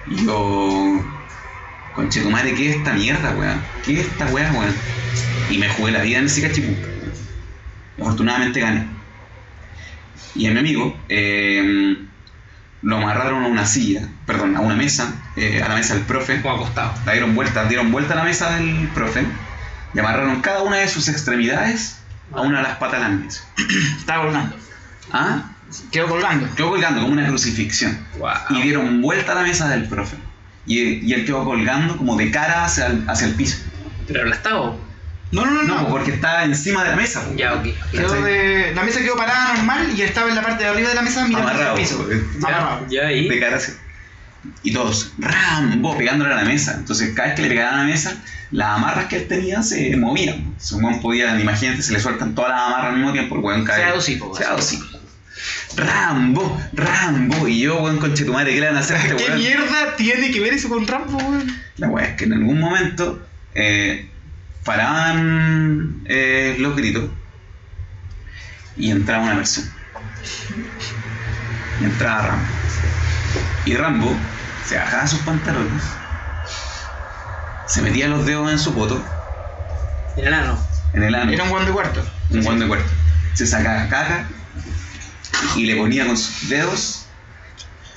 Speaker 2: Y yo, conche tu madre, ¿qué es esta mierda, weón? ¿Qué es esta weá, weón? Y me jugué la vida en ese cachipún. weón. Afortunadamente gané. Y a mi amigo eh, lo amarraron a una silla, perdón, a una mesa, eh, a la mesa del profe.
Speaker 3: Como acostado.
Speaker 2: La dieron vuelta, dieron vuelta a la mesa del profe y amarraron cada una de sus extremidades a una de las patas de la mesa.
Speaker 1: Estaba colgando.
Speaker 2: ¿Ah?
Speaker 1: Quedó colgando.
Speaker 2: Quedó colgando como una crucifixión. Y dieron vuelta a la mesa del profe. Y, y él quedó colgando como de cara hacia el, hacia el piso.
Speaker 3: Pero aplastado.
Speaker 1: No, no, no,
Speaker 2: No, pues,
Speaker 1: no.
Speaker 2: porque estaba encima de la mesa. po.
Speaker 3: Ya, ok.
Speaker 1: Quedó
Speaker 2: ¿Cachai?
Speaker 1: de- la mesa quedó parada normal y estaba en la parte de arriba de la mesa mirando hacia
Speaker 2: Amarrado,
Speaker 1: el piso.
Speaker 2: po.
Speaker 1: Amarrado.
Speaker 3: Ya ahí.
Speaker 2: de cara hacia- Y todos, Rambo, pegándole a la mesa. Entonces, cada vez que le pegaban a la mesa, las amarras que él tenía se movían. Su weón podía, imagínate, se le sueltan todas las amarras al mismo tiempo, el weón cae.
Speaker 1: Se da dos hijos,
Speaker 2: Se da dos hijos. Rambo, Rambo. Y yo, weón, conche tu madre, ¿qué le van a hacer a este
Speaker 1: ¿Qué
Speaker 2: weón?
Speaker 1: mierda tiene que ver eso con Rambo, weón?
Speaker 2: La weá es que en algún momento eh, paraban eh, los gritos y entraba una persona. Y entraba Rambo. Y Rambo se bajaba sus pantalones, se metía los dedos en su poto,
Speaker 3: El enano.
Speaker 2: en el ano,
Speaker 1: Era un guan de cuarto.
Speaker 2: un guante de cuerpo. Se sacaba caca y le ponía con sus dedos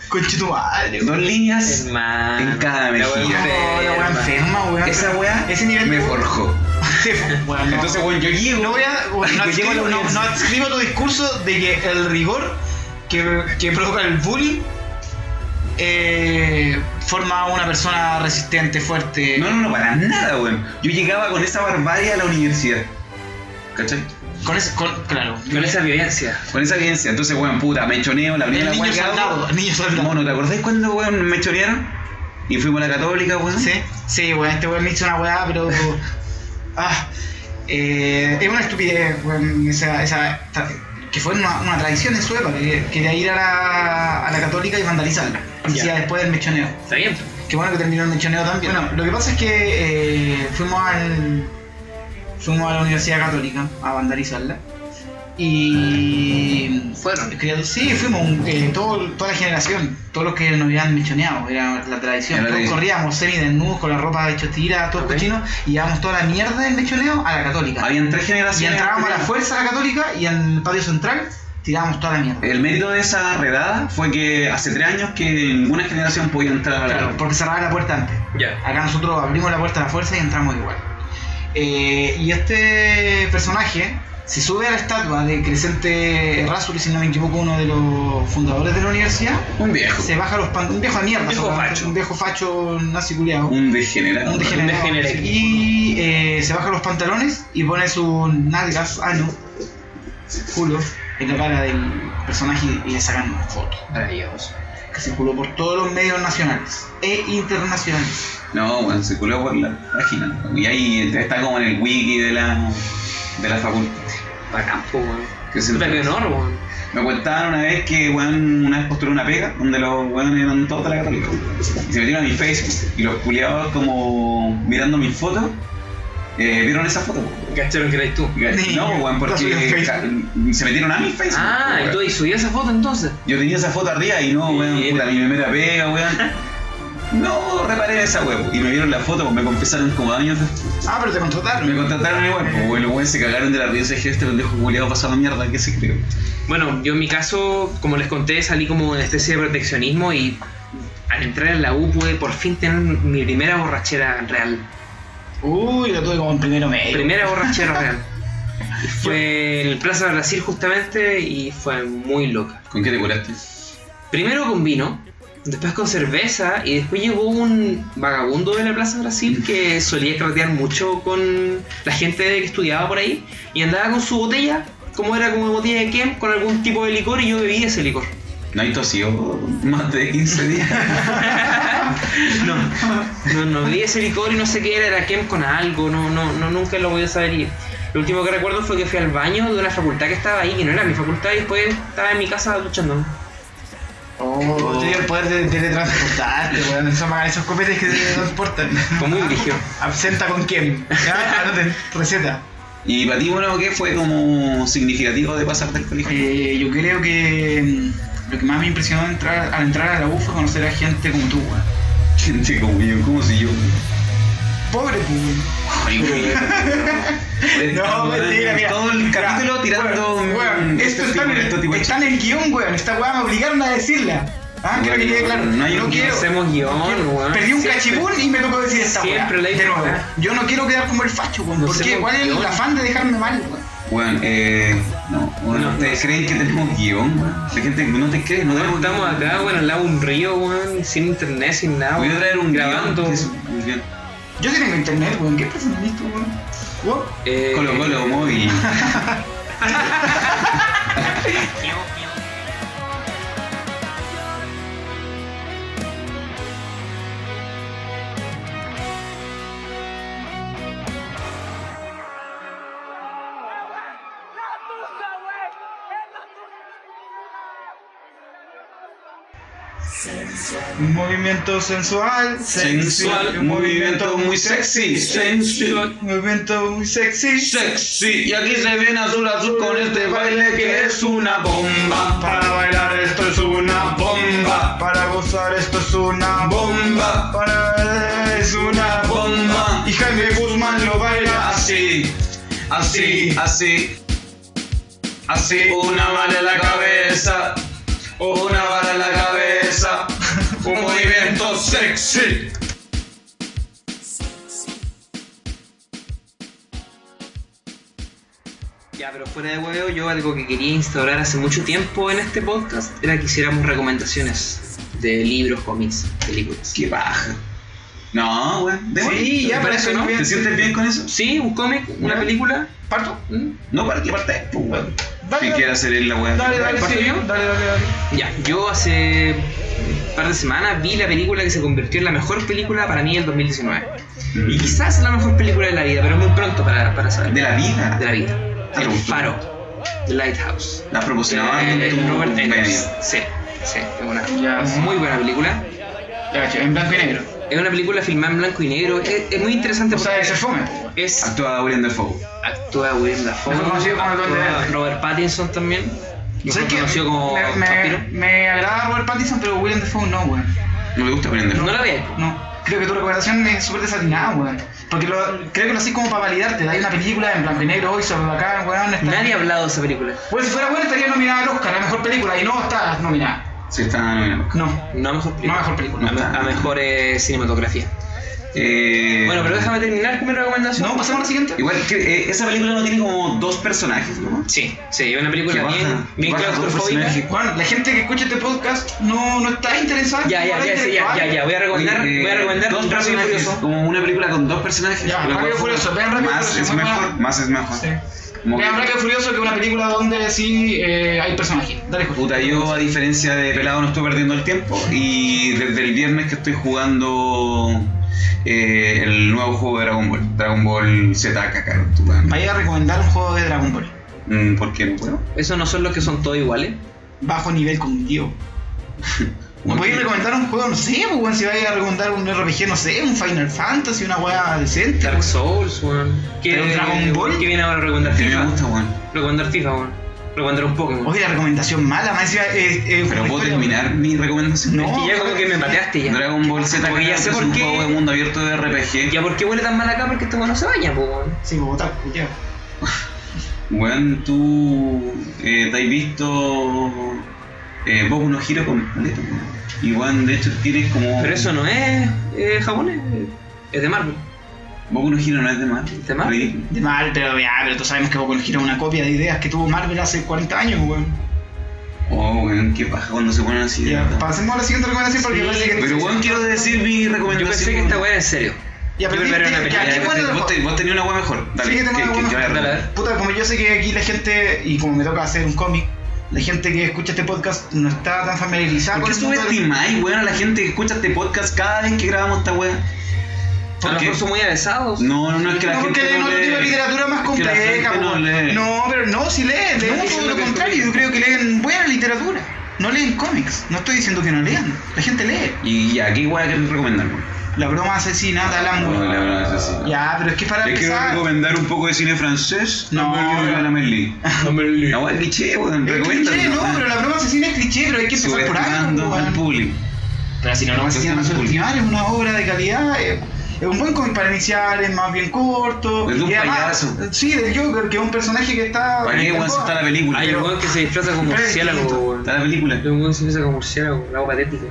Speaker 1: Conchito madre, weón.
Speaker 2: dos líneas
Speaker 3: Hermano.
Speaker 2: En cada
Speaker 3: La weá
Speaker 2: mejilla.
Speaker 1: No, Oh, la weá
Speaker 3: enferma.
Speaker 1: enferma, weón.
Speaker 2: Esa weá
Speaker 1: Ese nivel
Speaker 2: me
Speaker 1: de-
Speaker 2: forjó.
Speaker 1: Sí, weón, no.
Speaker 2: Entonces, bueno, yo llego.
Speaker 1: No voy a. bueno, no,
Speaker 2: Yo llego a
Speaker 1: adscribo, no,
Speaker 2: la
Speaker 1: no
Speaker 2: universidad.
Speaker 1: adscribo tu discurso de que el rigor que, que provoca el bullying eh, forma una persona resistente, fuerte.
Speaker 2: No, no, no, para nada, weón. Yo llegaba con esa barbarie a la universidad. ¿Cachai?
Speaker 1: Con ese, con, claro.
Speaker 3: Con esa violencia.
Speaker 2: Con esa evidencia. Entonces, weón, puta, mechoneo, la
Speaker 1: El
Speaker 2: primera
Speaker 1: niño
Speaker 2: weá que hago-
Speaker 1: soldado, el niño soldado.
Speaker 2: Mono, ¿te acordás cuando, weón, mechonearon? Y fuimos a la católica, weón.
Speaker 1: Sí, sí, weón, este weón me hizo una weá, pero. Ah, eh, es una estupidez, weón, esa, esa, ta- que fue una, una tradición en su época, que quería ir a la, a la católica y vandalizarla. Y
Speaker 3: Ya.
Speaker 1: hacía después del mechoneo.
Speaker 3: Está bien.
Speaker 1: Qué bueno que terminó el mechoneo también. Bueno, lo que pasa es que eh, fuimos al. Fuimos a la Universidad Católica a vandalizarla. Y.
Speaker 3: Fueron.
Speaker 1: criatu- Sí, fuimos un- eh, todo- toda la generación, todos los que nos habían mechoneado, era la tradición.
Speaker 2: Era la
Speaker 1: todos
Speaker 2: tradición.
Speaker 1: corríamos semidesnudos con la ropa hecha tira, todos
Speaker 3: Ok.
Speaker 1: cochinos, y llevábamos toda la mierda del mechoneo a la católica.
Speaker 2: Habían tres
Speaker 1: Y
Speaker 2: generaciones.
Speaker 1: entrábamos a la fuerza a la católica y al patio central tirábamos toda la mierda.
Speaker 2: El mérito de esa redada fue que hace tres años que ninguna generación podía entrar a la
Speaker 1: Claro, porque cerraba la puerta antes.
Speaker 3: Ya.
Speaker 1: Acá nosotros abrimos la puerta a la fuerza y entramos igual. Eh, y este personaje se sube a la estatua de Crescente Razuri, si no me equivoco, uno de los fundadores de la universidad.
Speaker 2: Un viejo.
Speaker 1: Se baja los pantalones. Un viejo de mierda,
Speaker 3: Un viejo
Speaker 1: solamente,
Speaker 3: facho.
Speaker 1: un viejo facho nazi culiao.
Speaker 2: Un degenerado.
Speaker 1: Un degenerado.
Speaker 3: un degenerado.
Speaker 1: Y eh, se baja los pantalones y pone su nalgas, ano, culo, en la cara del personaje y le sacan una foto.
Speaker 3: Maravilloso.
Speaker 1: Que circuló por todos los medios nacionales e internacionales.
Speaker 2: No, bueno, circuló por la página. Y ahí está como en el wiki de la, de la facultad.
Speaker 3: Bacán, po, weón.
Speaker 2: Que se-
Speaker 3: Puta, qué honor, weón.
Speaker 2: Me contaron una vez que weón, una vez postulé una pega donde los weones eran todos de la católica. Y se metieron a mi Facebook y los culiados como mirando mis fotos, eh, vieron esa foto. po.
Speaker 3: Cacharon que eres tú.
Speaker 2: Y- No, weón,
Speaker 1: La subí en
Speaker 2: porque ca- se metieron a mi Facebook.
Speaker 3: Ah,
Speaker 2: po,
Speaker 3: y tú
Speaker 2: weón.
Speaker 3: ahí subí esa foto entonces.
Speaker 2: Yo tenía esa foto arriba y no,
Speaker 3: Sí.
Speaker 2: weón, puta, mi primera pega, weón. No, reparé en esa weón. Y me vieron la foto, me confesaron como años después.
Speaker 1: Ah, pero te contrataron.
Speaker 2: Me contrataron igual, pues bueno, weón, se cagaron de la risa y dije, este pendejo culiado pasado mierda, ¿qué se cree?
Speaker 3: Bueno, yo en mi caso, como les conté, salí como de una especie de proteccionismo y al entrar en la U pude por fin tener mi primera borrachera real.
Speaker 1: Uy, lo tuve como en primero medio.
Speaker 3: Primera borrachera real. Y fue en el Plaza Brasil justamente y fue muy loca.
Speaker 2: ¿Con qué te curaste?
Speaker 3: Primero con vino, después con cerveza y después llegó un vagabundo de la Plaza Brasil que solía carretear mucho con la gente que estudiaba por ahí y andaba con su botella, como era como botella de Kem, con algún tipo de licor y yo bebía ese licor.
Speaker 2: No hay tosido oh, más de 15 días.
Speaker 3: No, no, no vi ese licor y no sé qué era, era Kem con algo, no, no, no, nunca lo voy a saber. Y lo último que recuerdo fue que fui al baño de una facultad que estaba ahí, que no era mi facultad, y después estaba en mi casa duchándome.
Speaker 1: Oh, tenía el poder de teletransportarte, weón. Esos, ma- esos copetes que te transportan.
Speaker 3: Fue muy brígido.
Speaker 1: Absenta con quién. Ya, Anoten, receta.
Speaker 2: Y para ti, bueno, ¿qué fue como significativo de pasar del colegio?
Speaker 1: Eh, yo creo que mm, lo que más me impresionó entrar, al entrar a la U fue conocer a gente como tú, weón.
Speaker 2: Gente como yo, como si yo.
Speaker 1: Pobre tú, weón.
Speaker 2: Ay, güey.
Speaker 1: No,
Speaker 2: Weón,
Speaker 1: mentira, mira.
Speaker 2: Todo el
Speaker 1: Mira,
Speaker 2: capítulo tirando.
Speaker 1: weón, weón,
Speaker 2: mm,
Speaker 1: esto está, en el-
Speaker 2: este tipo de
Speaker 1: está en el guión, weón. Esta weá me obligaron a decirla. Ah, quiero que quede claro.
Speaker 2: No hay un guión,
Speaker 1: quiero-
Speaker 3: Hacemos guión, weón.
Speaker 1: Perdí un
Speaker 3: Siempre.
Speaker 1: cachipún y me tocó decir esta
Speaker 3: Siempre
Speaker 1: weá.
Speaker 3: la
Speaker 1: De
Speaker 3: hice,
Speaker 1: nuevo.
Speaker 3: weá.
Speaker 1: Yo no quiero quedar como el facho, weón.
Speaker 3: No
Speaker 1: ¿Por
Speaker 3: sé
Speaker 1: qué?
Speaker 3: por
Speaker 1: ¿Cuál
Speaker 3: qué,
Speaker 1: es el
Speaker 3: weón.
Speaker 1: afán de dejarme mal, weón?
Speaker 2: Bueno, eh. No, bueno,
Speaker 3: No,
Speaker 2: ¿ustedes creen que tenemos guión? güey? La gente no te cree, no
Speaker 3: Nosotros
Speaker 2: tenemos
Speaker 3: estamos
Speaker 2: guión.
Speaker 3: acá, bueno, al lado de un río, weón, sin internet, sin nada.
Speaker 2: Voy a
Speaker 3: weón,
Speaker 2: traer un
Speaker 3: grabando.
Speaker 2: guión. que es un guión.
Speaker 1: Yo sí tengo internet, weón. ¿Qué pasa con esto, weón? Weón,
Speaker 3: Eh,
Speaker 2: Colo Colo móvil.
Speaker 1: eh. Un movimiento sensual,
Speaker 2: Sensual, un movimiento muy sexy. Sensual.
Speaker 1: Un movimiento muy sexy.
Speaker 2: Sexy, y aquí se viene azul azul con este baile que es una bomba.
Speaker 1: Para bailar esto es una bomba. Para gozar esto es una bomba. Para bailar es una bomba. Y Jaime Guzmán lo baila así.
Speaker 2: Así, así, así. Así, una bala en la cabeza. Una bala en la cabeza. Un movimiento sexy.
Speaker 3: Ya, pero fuera de hueveo, yo algo que quería instaurar hace mucho tiempo en este podcast era que hiciéramos recomendaciones. de libros, cómics, películas.
Speaker 2: Qué baja. No, weón. démosle.
Speaker 1: Sí, ya,
Speaker 2: ¿Te
Speaker 1: pero
Speaker 2: parece,
Speaker 1: eso
Speaker 2: ¿no?
Speaker 1: bien.
Speaker 2: ¿Te sientes bien con eso?
Speaker 3: Sí, un cómic, una
Speaker 2: Ya.
Speaker 3: película.
Speaker 1: ¿Parto?
Speaker 3: ¿Mm?
Speaker 2: No, para que parte. Pues, weón.
Speaker 1: Dale,
Speaker 2: Si
Speaker 1: dale.
Speaker 2: quieres hacer él la weón.
Speaker 1: Dale, dale,
Speaker 3: ¿Parto
Speaker 1: sí,
Speaker 3: yo?
Speaker 1: dale, dale, dale.
Speaker 3: Ya, yo hace un par de semanas vi la película que se convirtió en la mejor película para mí del 2019. Y quizás la mejor película de la vida, pero es muy pronto para, para saber.
Speaker 2: De la vida.
Speaker 3: De la vida.
Speaker 2: Ah,
Speaker 3: El
Speaker 2: tú.
Speaker 3: faro. The Lighthouse.
Speaker 2: La proporcionaba
Speaker 3: de
Speaker 2: tu
Speaker 3: Robert Eggers.
Speaker 2: medio.
Speaker 3: Sí, sí, es una
Speaker 1: Ya, sí.
Speaker 3: muy buena película.
Speaker 1: Ya, cacho, en blanco y negro.
Speaker 3: Es una película filmada en blanco y negro. Es, es muy interesante
Speaker 1: O sea,
Speaker 3: porque
Speaker 1: ese fome. po, weón.
Speaker 3: es
Speaker 2: Actuaba abriendo el fuego.
Speaker 3: actúa William Dafoe,
Speaker 1: Mejor conocido como el Duende
Speaker 3: actúa
Speaker 1: Verde.
Speaker 3: Robert Pattinson también, mejor
Speaker 1: ¿Sabes qué?
Speaker 3: conocido como
Speaker 1: me, me,
Speaker 3: Vampiro.
Speaker 1: me agrada Robert Pattinson, pero William Dafoe no, weón.
Speaker 2: No me gusta abriendo el
Speaker 3: No
Speaker 2: fuego.
Speaker 3: la veas.
Speaker 1: No. Creo que tu recomendación es súper desatinada, weón. Porque lo- creo que lo haces como para validarte. Hay una película en blanco y negro hoy sobre bacán, weón. está-
Speaker 3: Nadie ha hablado de esa película.
Speaker 1: Bueno, si fuera buena estaría nominada al Oscar, la mejor película, y no está nominada.
Speaker 2: Sí, está nominado.
Speaker 1: No.
Speaker 3: No a mejor
Speaker 1: No
Speaker 3: película.
Speaker 1: mejor película.
Speaker 3: A, me- a mejor eh, cinematografía.
Speaker 2: Eh,
Speaker 3: Bueno, pero déjame terminar con mi recomendación.
Speaker 1: No, pasemos a la siguiente.
Speaker 2: Igual, que, eh, esa película no tiene como dos personajes, ¿no?
Speaker 3: Sí, sí, es una
Speaker 2: Que
Speaker 3: película
Speaker 2: baja-
Speaker 3: bien, bien
Speaker 2: baja dos
Speaker 3: claustrofóbica.
Speaker 2: personajes.
Speaker 1: Juan, la gente que escucha este podcast no, no está interesada.
Speaker 3: Ya, ya,
Speaker 1: no
Speaker 3: ya,
Speaker 1: está
Speaker 3: sí, ya, ya, ya, voy a recomendar,
Speaker 2: Oye, eh,
Speaker 3: voy a recomendar
Speaker 2: dos
Speaker 3: Rápido y
Speaker 2: personajes,
Speaker 3: Furioso.
Speaker 2: como una película con dos personajes.
Speaker 1: Ya,
Speaker 2: la
Speaker 1: Rápido
Speaker 2: cual
Speaker 1: y Furioso,
Speaker 2: fue-
Speaker 1: vean Rápido y
Speaker 2: Más
Speaker 1: Furioso,
Speaker 2: es
Speaker 1: muy
Speaker 2: mejor,
Speaker 1: buena.
Speaker 2: más es mejor.
Speaker 1: Sí.
Speaker 2: Como que-
Speaker 1: Vean Rápido y Furioso que es una película donde sí eh, hay personajes. Dale, Jorge.
Speaker 2: Puta, yo a diferencia de Pelado no estoy perdiendo el tiempo y desde el viernes que estoy jugando eh, el nuevo juego de Dragon Ball, Dragon Ball Z Kakarot, tú, weón.
Speaker 1: Vaya a recomendar un juego de Dragon Ball.
Speaker 2: Mm, ¿Por qué no puedo?
Speaker 3: Esos no son los que son todos iguales.
Speaker 1: Bajo nivel cognitivo.
Speaker 2: ¿Por
Speaker 1: Voy a
Speaker 2: qué?
Speaker 1: recomendar un juego, no sé, pues, weón, si vais a recomendar un RPG, no sé, un Final Fantasy, una weá decente.
Speaker 3: Dark Souls, weón. ¿Qué-
Speaker 1: Pero Dragon Ball.
Speaker 3: ¿Qué viene ahora a recomendar
Speaker 2: Que
Speaker 3: FIFA?
Speaker 2: me gusta, weón.
Speaker 3: Recomendar FIFA, weón. Recomendar un Pokémon.
Speaker 1: Oye, la recomendación mala, más encima, eh, eh,
Speaker 2: Pero
Speaker 1: una
Speaker 2: puedo
Speaker 1: historia-
Speaker 2: terminar mi recomendación.
Speaker 1: No.
Speaker 3: Es que ya como que me pateaste ya.
Speaker 2: Dragon Ball Z
Speaker 3: Porque ya
Speaker 2: Kakarot
Speaker 3: sé
Speaker 2: es
Speaker 3: por
Speaker 2: un
Speaker 3: qué-
Speaker 2: juego de mundo abierto de RPG.
Speaker 3: ¿Ya por qué huele tan mal acá? Porque este weón no se baña, po, weón.
Speaker 1: Sí, pues, Bogotá, puteado.
Speaker 2: Weón, tú eh, te has visto eh, Boku no Hero completo, weón. Y weón, de hecho tienes como.
Speaker 3: Pero eso no es eh, japonés, es de Marvel.
Speaker 2: Boku no Hero no es de Marvel.
Speaker 3: ¿De Marvel?
Speaker 2: Ridículo.
Speaker 1: De mal, pero ya, pero todos sabemos que Boku no Hero es una copia de ideas que tuvo Marvel hace 40 años, weón.
Speaker 2: Oh, weón, qué paja cuando se ponen así. de
Speaker 1: Ya,
Speaker 2: verdad.
Speaker 1: pasemos a la siguiente recomendación porque
Speaker 3: Sí,
Speaker 1: parece que...
Speaker 2: Pero weón, quiero decir mi
Speaker 3: Yo
Speaker 2: recomendación.
Speaker 3: pensé que esta weá era en serio.
Speaker 1: Ya, pero
Speaker 3: Yo
Speaker 1: di-
Speaker 3: prefiero
Speaker 1: di-
Speaker 3: una
Speaker 1: ya,
Speaker 3: película.
Speaker 1: ¿qué weón es la
Speaker 2: Eh, Vos, te- vos tenías una weá mejor. Dale,
Speaker 1: Sí, que tengo una weá
Speaker 2: yo voy a
Speaker 1: mejor.
Speaker 2: arreglar.
Speaker 3: Dale,
Speaker 1: Puta, como yo sé que aquí la gente, y como me toca hacer un cómic, la gente que escucha este podcast no está tan familiarizada
Speaker 2: ¿Por qué
Speaker 1: el mundo del-
Speaker 2: subestimáis, weón, a la gente que escucha este podcast cada vez que grabamos esta weá?
Speaker 3: A
Speaker 2: ¿Por
Speaker 3: lo
Speaker 2: qué?
Speaker 3: mejor son muy avesados.
Speaker 2: No, no, no, es que la
Speaker 1: No,
Speaker 2: gente
Speaker 1: porque no
Speaker 2: lee.
Speaker 1: tiene literatura más
Speaker 2: Es que la gente
Speaker 1: compleja.
Speaker 2: no
Speaker 1: po.
Speaker 2: lee.
Speaker 1: No, pero no, si leen,
Speaker 2: Estoy
Speaker 1: leen todo
Speaker 2: diciendo
Speaker 1: lo
Speaker 2: que-
Speaker 1: contrario. Yo creo que leen buena literatura. No leen cómics. No estoy diciendo que no lean. La gente lee.
Speaker 2: Y ya, ¿qué weá querés recomendar, weón?
Speaker 1: La broma asesina de Alan Moore.
Speaker 2: No, la broma asesina.
Speaker 1: Ya, pero es que para
Speaker 2: Les quiero
Speaker 1: empezar.
Speaker 2: recomendar un poco de cine francés.
Speaker 1: No.
Speaker 2: No, no, Merlí. La weá es cliché, weón.
Speaker 1: Es cliché,
Speaker 2: Recomiéndalo,
Speaker 1: no,
Speaker 2: weón.
Speaker 1: pero la broma asesina es cliché, pero hay que empezar por algo.
Speaker 2: Subestimando al
Speaker 1: weón.
Speaker 2: público.
Speaker 1: Pero si la broma asesina no se subestimar, es una obra de calidad. eh, Es un buen cómic para iniciar, es más bien corto.
Speaker 2: Es de un
Speaker 1: y además-
Speaker 2: payaso.
Speaker 1: Sí, del Joker, que es un personaje que está.
Speaker 2: ¿Para qué, weón, si está la película?
Speaker 3: Hay un weón que se disfraza como
Speaker 1: Pero es
Speaker 3: murciélago,
Speaker 1: distinto.
Speaker 3: weón.
Speaker 2: Está la película.
Speaker 3: Hay un weón que se disfraza como murciélago, la agua patética.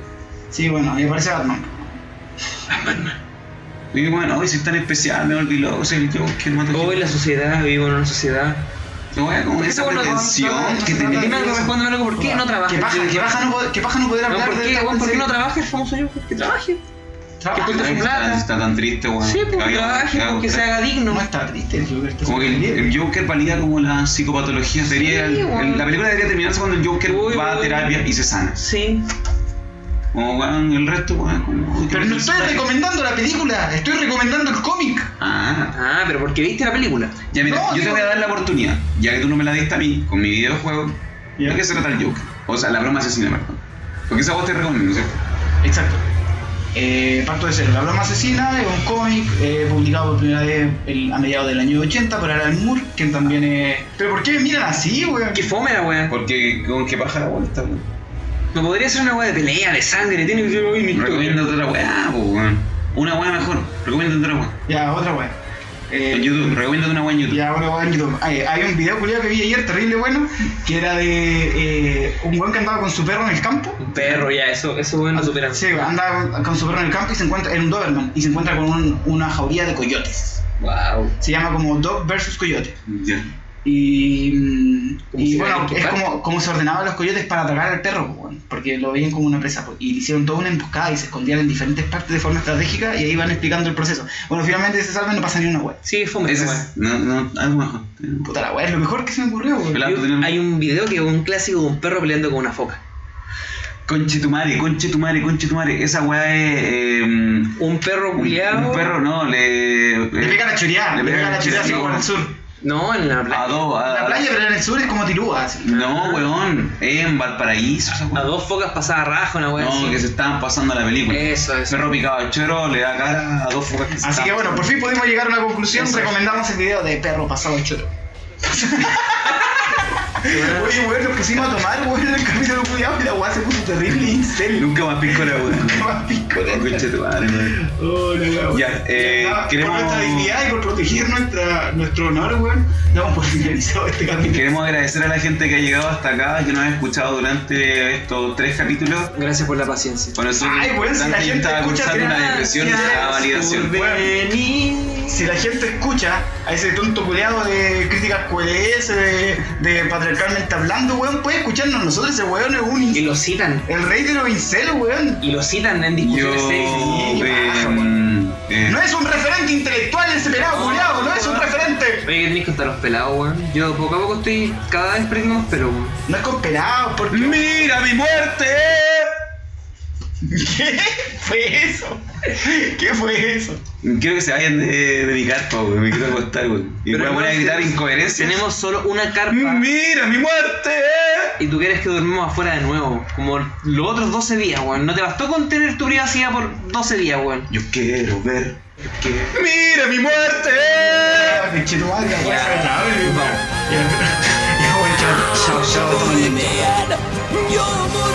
Speaker 1: Sí, bueno, y aparece Batman.
Speaker 2: Y bueno, hoy si es tan especial, me olvidó. O sea, yo que mato.
Speaker 3: Hoy la sociedad, vivo en una sociedad.
Speaker 2: No, weón, como esa
Speaker 3: ¿Cómo no-
Speaker 2: pretensión oh, que
Speaker 1: no- no-
Speaker 2: tenía.
Speaker 3: Dime algo, respóndeme algo, ¿por qué no
Speaker 1: Que
Speaker 3: trabajas?
Speaker 1: paja, que paja no, poder- que paja no poder
Speaker 3: No,
Speaker 1: hablar
Speaker 3: ¿por
Speaker 1: de
Speaker 3: qué,
Speaker 1: esta
Speaker 3: weón? ¿Por qué
Speaker 1: serie.
Speaker 3: no trabajas? Famoso yo, que trabaje.
Speaker 1: Trabaja.
Speaker 3: que
Speaker 2: Ay,
Speaker 3: su plata.
Speaker 2: Está, está tan triste, weón.
Speaker 3: Sí,
Speaker 2: Que
Speaker 3: pues
Speaker 2: había-
Speaker 3: trabaje,
Speaker 2: que hago-
Speaker 3: porque se haga digno.
Speaker 1: No está triste el Joker. está
Speaker 2: Como que el,
Speaker 1: sorprendido.
Speaker 2: el Joker valida como la psicopatología. Sería el-
Speaker 3: weón.
Speaker 2: la película debería terminarse cuando el Joker
Speaker 3: Uy,
Speaker 2: va a
Speaker 3: weón.
Speaker 2: terapia y se sana.
Speaker 3: Sí.
Speaker 2: Como weón, el resto, weón, como. uy, qué
Speaker 1: Pero no
Speaker 2: triste.
Speaker 1: estoy recomendando la película, estoy recomendando el cómic.
Speaker 2: Ah,
Speaker 3: Ah, pero porque viste la película.
Speaker 2: ya mira,
Speaker 1: No,
Speaker 2: yo te
Speaker 1: digo-
Speaker 2: voy a dar la oportunidad, ya que tú no me la diste a mí, con mi videojuego, ¿de qué se trata el Joker? O sea, la broma asesina, perdón. Porque esa voz te recomiendo, ¿cierto?
Speaker 1: Exacto. Eh, parto de cero. La broma asesina es un cómic eh, publicado por primera vez el- a mediados del año 80 por Alan Moore, quien también es... ¿Pero por qué me miran así, weón?
Speaker 3: Qué fome la weá.
Speaker 2: Porque con qué paja la vuelta, weón.
Speaker 3: No podría ser una weá de pelea, de sangre, tiene que ser hoy mi historia.
Speaker 2: Recomiendo otra weá, po, weón. Una weá mejor. Recomiendo otra weá.
Speaker 1: Ya, otra weón.
Speaker 2: En YouTube, recomiendo una weá en YouTube.
Speaker 1: Ya, bueno, en YouTube. Hay, hay un video culiado que vi ayer, terrible bueno, que era de eh, un weón que andaba con su perro en el campo.
Speaker 3: Un perro, ya, eso, eso
Speaker 2: Ah,
Speaker 3: weón no supera.
Speaker 1: Sí, anda con su perro en el campo y se encuentra en un Doberman y se encuentra con un- una jauría de coyotes.
Speaker 3: Wow.
Speaker 1: Se llama como Dog versus Coyote.
Speaker 2: Ya.
Speaker 1: Y, mm,
Speaker 3: Como
Speaker 1: y
Speaker 3: si
Speaker 1: bueno,
Speaker 3: fuera tu
Speaker 1: es
Speaker 3: casa.
Speaker 1: como, como se ordenaban los coyotes para atacar al perro, po, weón, porque lo veían como una presa. po, Y le hicieron toda una emboscada y se escondían en diferentes partes de forma estratégica y ahí van explicando el proceso. Bueno, finalmente se salvan y no pasa ni una weón.
Speaker 3: Sí, fue
Speaker 2: Ese es. No, no, algo mejor.
Speaker 1: Puta la weón, es lo mejor que se me ocurrió, weón.
Speaker 2: Pelado, tú tenías-
Speaker 3: Hay un video que es un clásico de un perro peleando con una foca.
Speaker 2: Conche tu madre, conche tu madre, conche tu madre. Esa weá es. eh, un,
Speaker 3: Un perro culiado.
Speaker 2: un perro, no, le. eh,
Speaker 1: Le pegan a chorear, le pegan a chorear así
Speaker 2: no.
Speaker 1: como en el sur.
Speaker 3: No, en la
Speaker 2: A
Speaker 3: playa.
Speaker 2: dos, a-
Speaker 1: La playa, pero en el sur es como tirúa, así.
Speaker 2: No, weón. En Valparaíso, esa
Speaker 1: Ah,
Speaker 3: A
Speaker 2: weá.
Speaker 3: dos focas pasada raja una wea
Speaker 2: Ah. No,
Speaker 3: así.
Speaker 2: que se estaban pasando la película.
Speaker 3: Eso,
Speaker 2: El
Speaker 3: eso.
Speaker 2: perro picado al choro le da cara a dos focas que se
Speaker 1: Así que
Speaker 2: estaban
Speaker 1: bueno, por fin pudimos llegar a una conclusión.
Speaker 3: Eso es.
Speaker 1: Recomendamos el video de perro pasado al choro. Oye, weón, nos pusimos a tomar, weón, en el capítulo cuidado y la weá se puso terrible y
Speaker 2: pasando.
Speaker 1: incel.
Speaker 2: Nunca más pico la weón.
Speaker 1: Más pico de-
Speaker 2: Conche tu madre, weón.
Speaker 1: Oh, la weá, weón.
Speaker 2: Ya, eh,
Speaker 1: Ya,
Speaker 2: queremos-
Speaker 1: Por nuestra dignidad y por proteger nuestra, nuestro honor, weón, damos por finalizado este capítulo.
Speaker 2: Queremos agradecer a la gente que ha llegado hasta acá, que nos ha escuchado durante estos tres capítulos.
Speaker 3: Gracias por la paciencia.
Speaker 2: Bueno, eso es
Speaker 1: Ay, weón, si la
Speaker 2: importante, yo
Speaker 1: gente
Speaker 2: estaba
Speaker 1: escucha,
Speaker 2: cursando una depresión y una validación.
Speaker 1: Si la gente escucha a ese tonto culeado de críticas QLS, de, de patriarcalmente hablando, weón, puede escucharnos nosotros, ese weón es un
Speaker 3: Y
Speaker 1: incel.
Speaker 3: lo citan.
Speaker 1: El rey de los incelos, weón.
Speaker 3: Y lo citan en
Speaker 2: Yo.
Speaker 3: discusiones serias.
Speaker 1: qué baja,
Speaker 2: em, eh,
Speaker 1: No es un referente intelectual ese pelado,
Speaker 3: No,
Speaker 1: culeado, no es un
Speaker 3: weón.
Speaker 1: referente.
Speaker 3: Oye, que tenéis que estar los pelados, weón. Yo poco a poco estoy cada vez perdiendo más pelo, weón.
Speaker 1: No es con pelados, porque.
Speaker 2: ¡Mira mi muerte!
Speaker 1: ¿Qué fue eso? ¿Qué fue eso?
Speaker 2: Quiero que se vayan de, de mi carpa, güey. Me quiero acostar, güey. Y voy
Speaker 3: Pero
Speaker 2: a poner a
Speaker 3: hermano,
Speaker 2: gritar
Speaker 3: si-
Speaker 2: incoherencias.
Speaker 3: Tenemos solo una carpa
Speaker 2: ¡Mira mi muerte!
Speaker 3: y tú quieres que durmamos afuera de nuevo. Como los otros 12 días, weón. No te bastó con tener tu privacidad por 12 días, weón.
Speaker 2: Yo quiero ver. yo quiero- ¡Mira mi muerte!
Speaker 1: Vamos.
Speaker 3: Chao, chao.
Speaker 7: Yo voy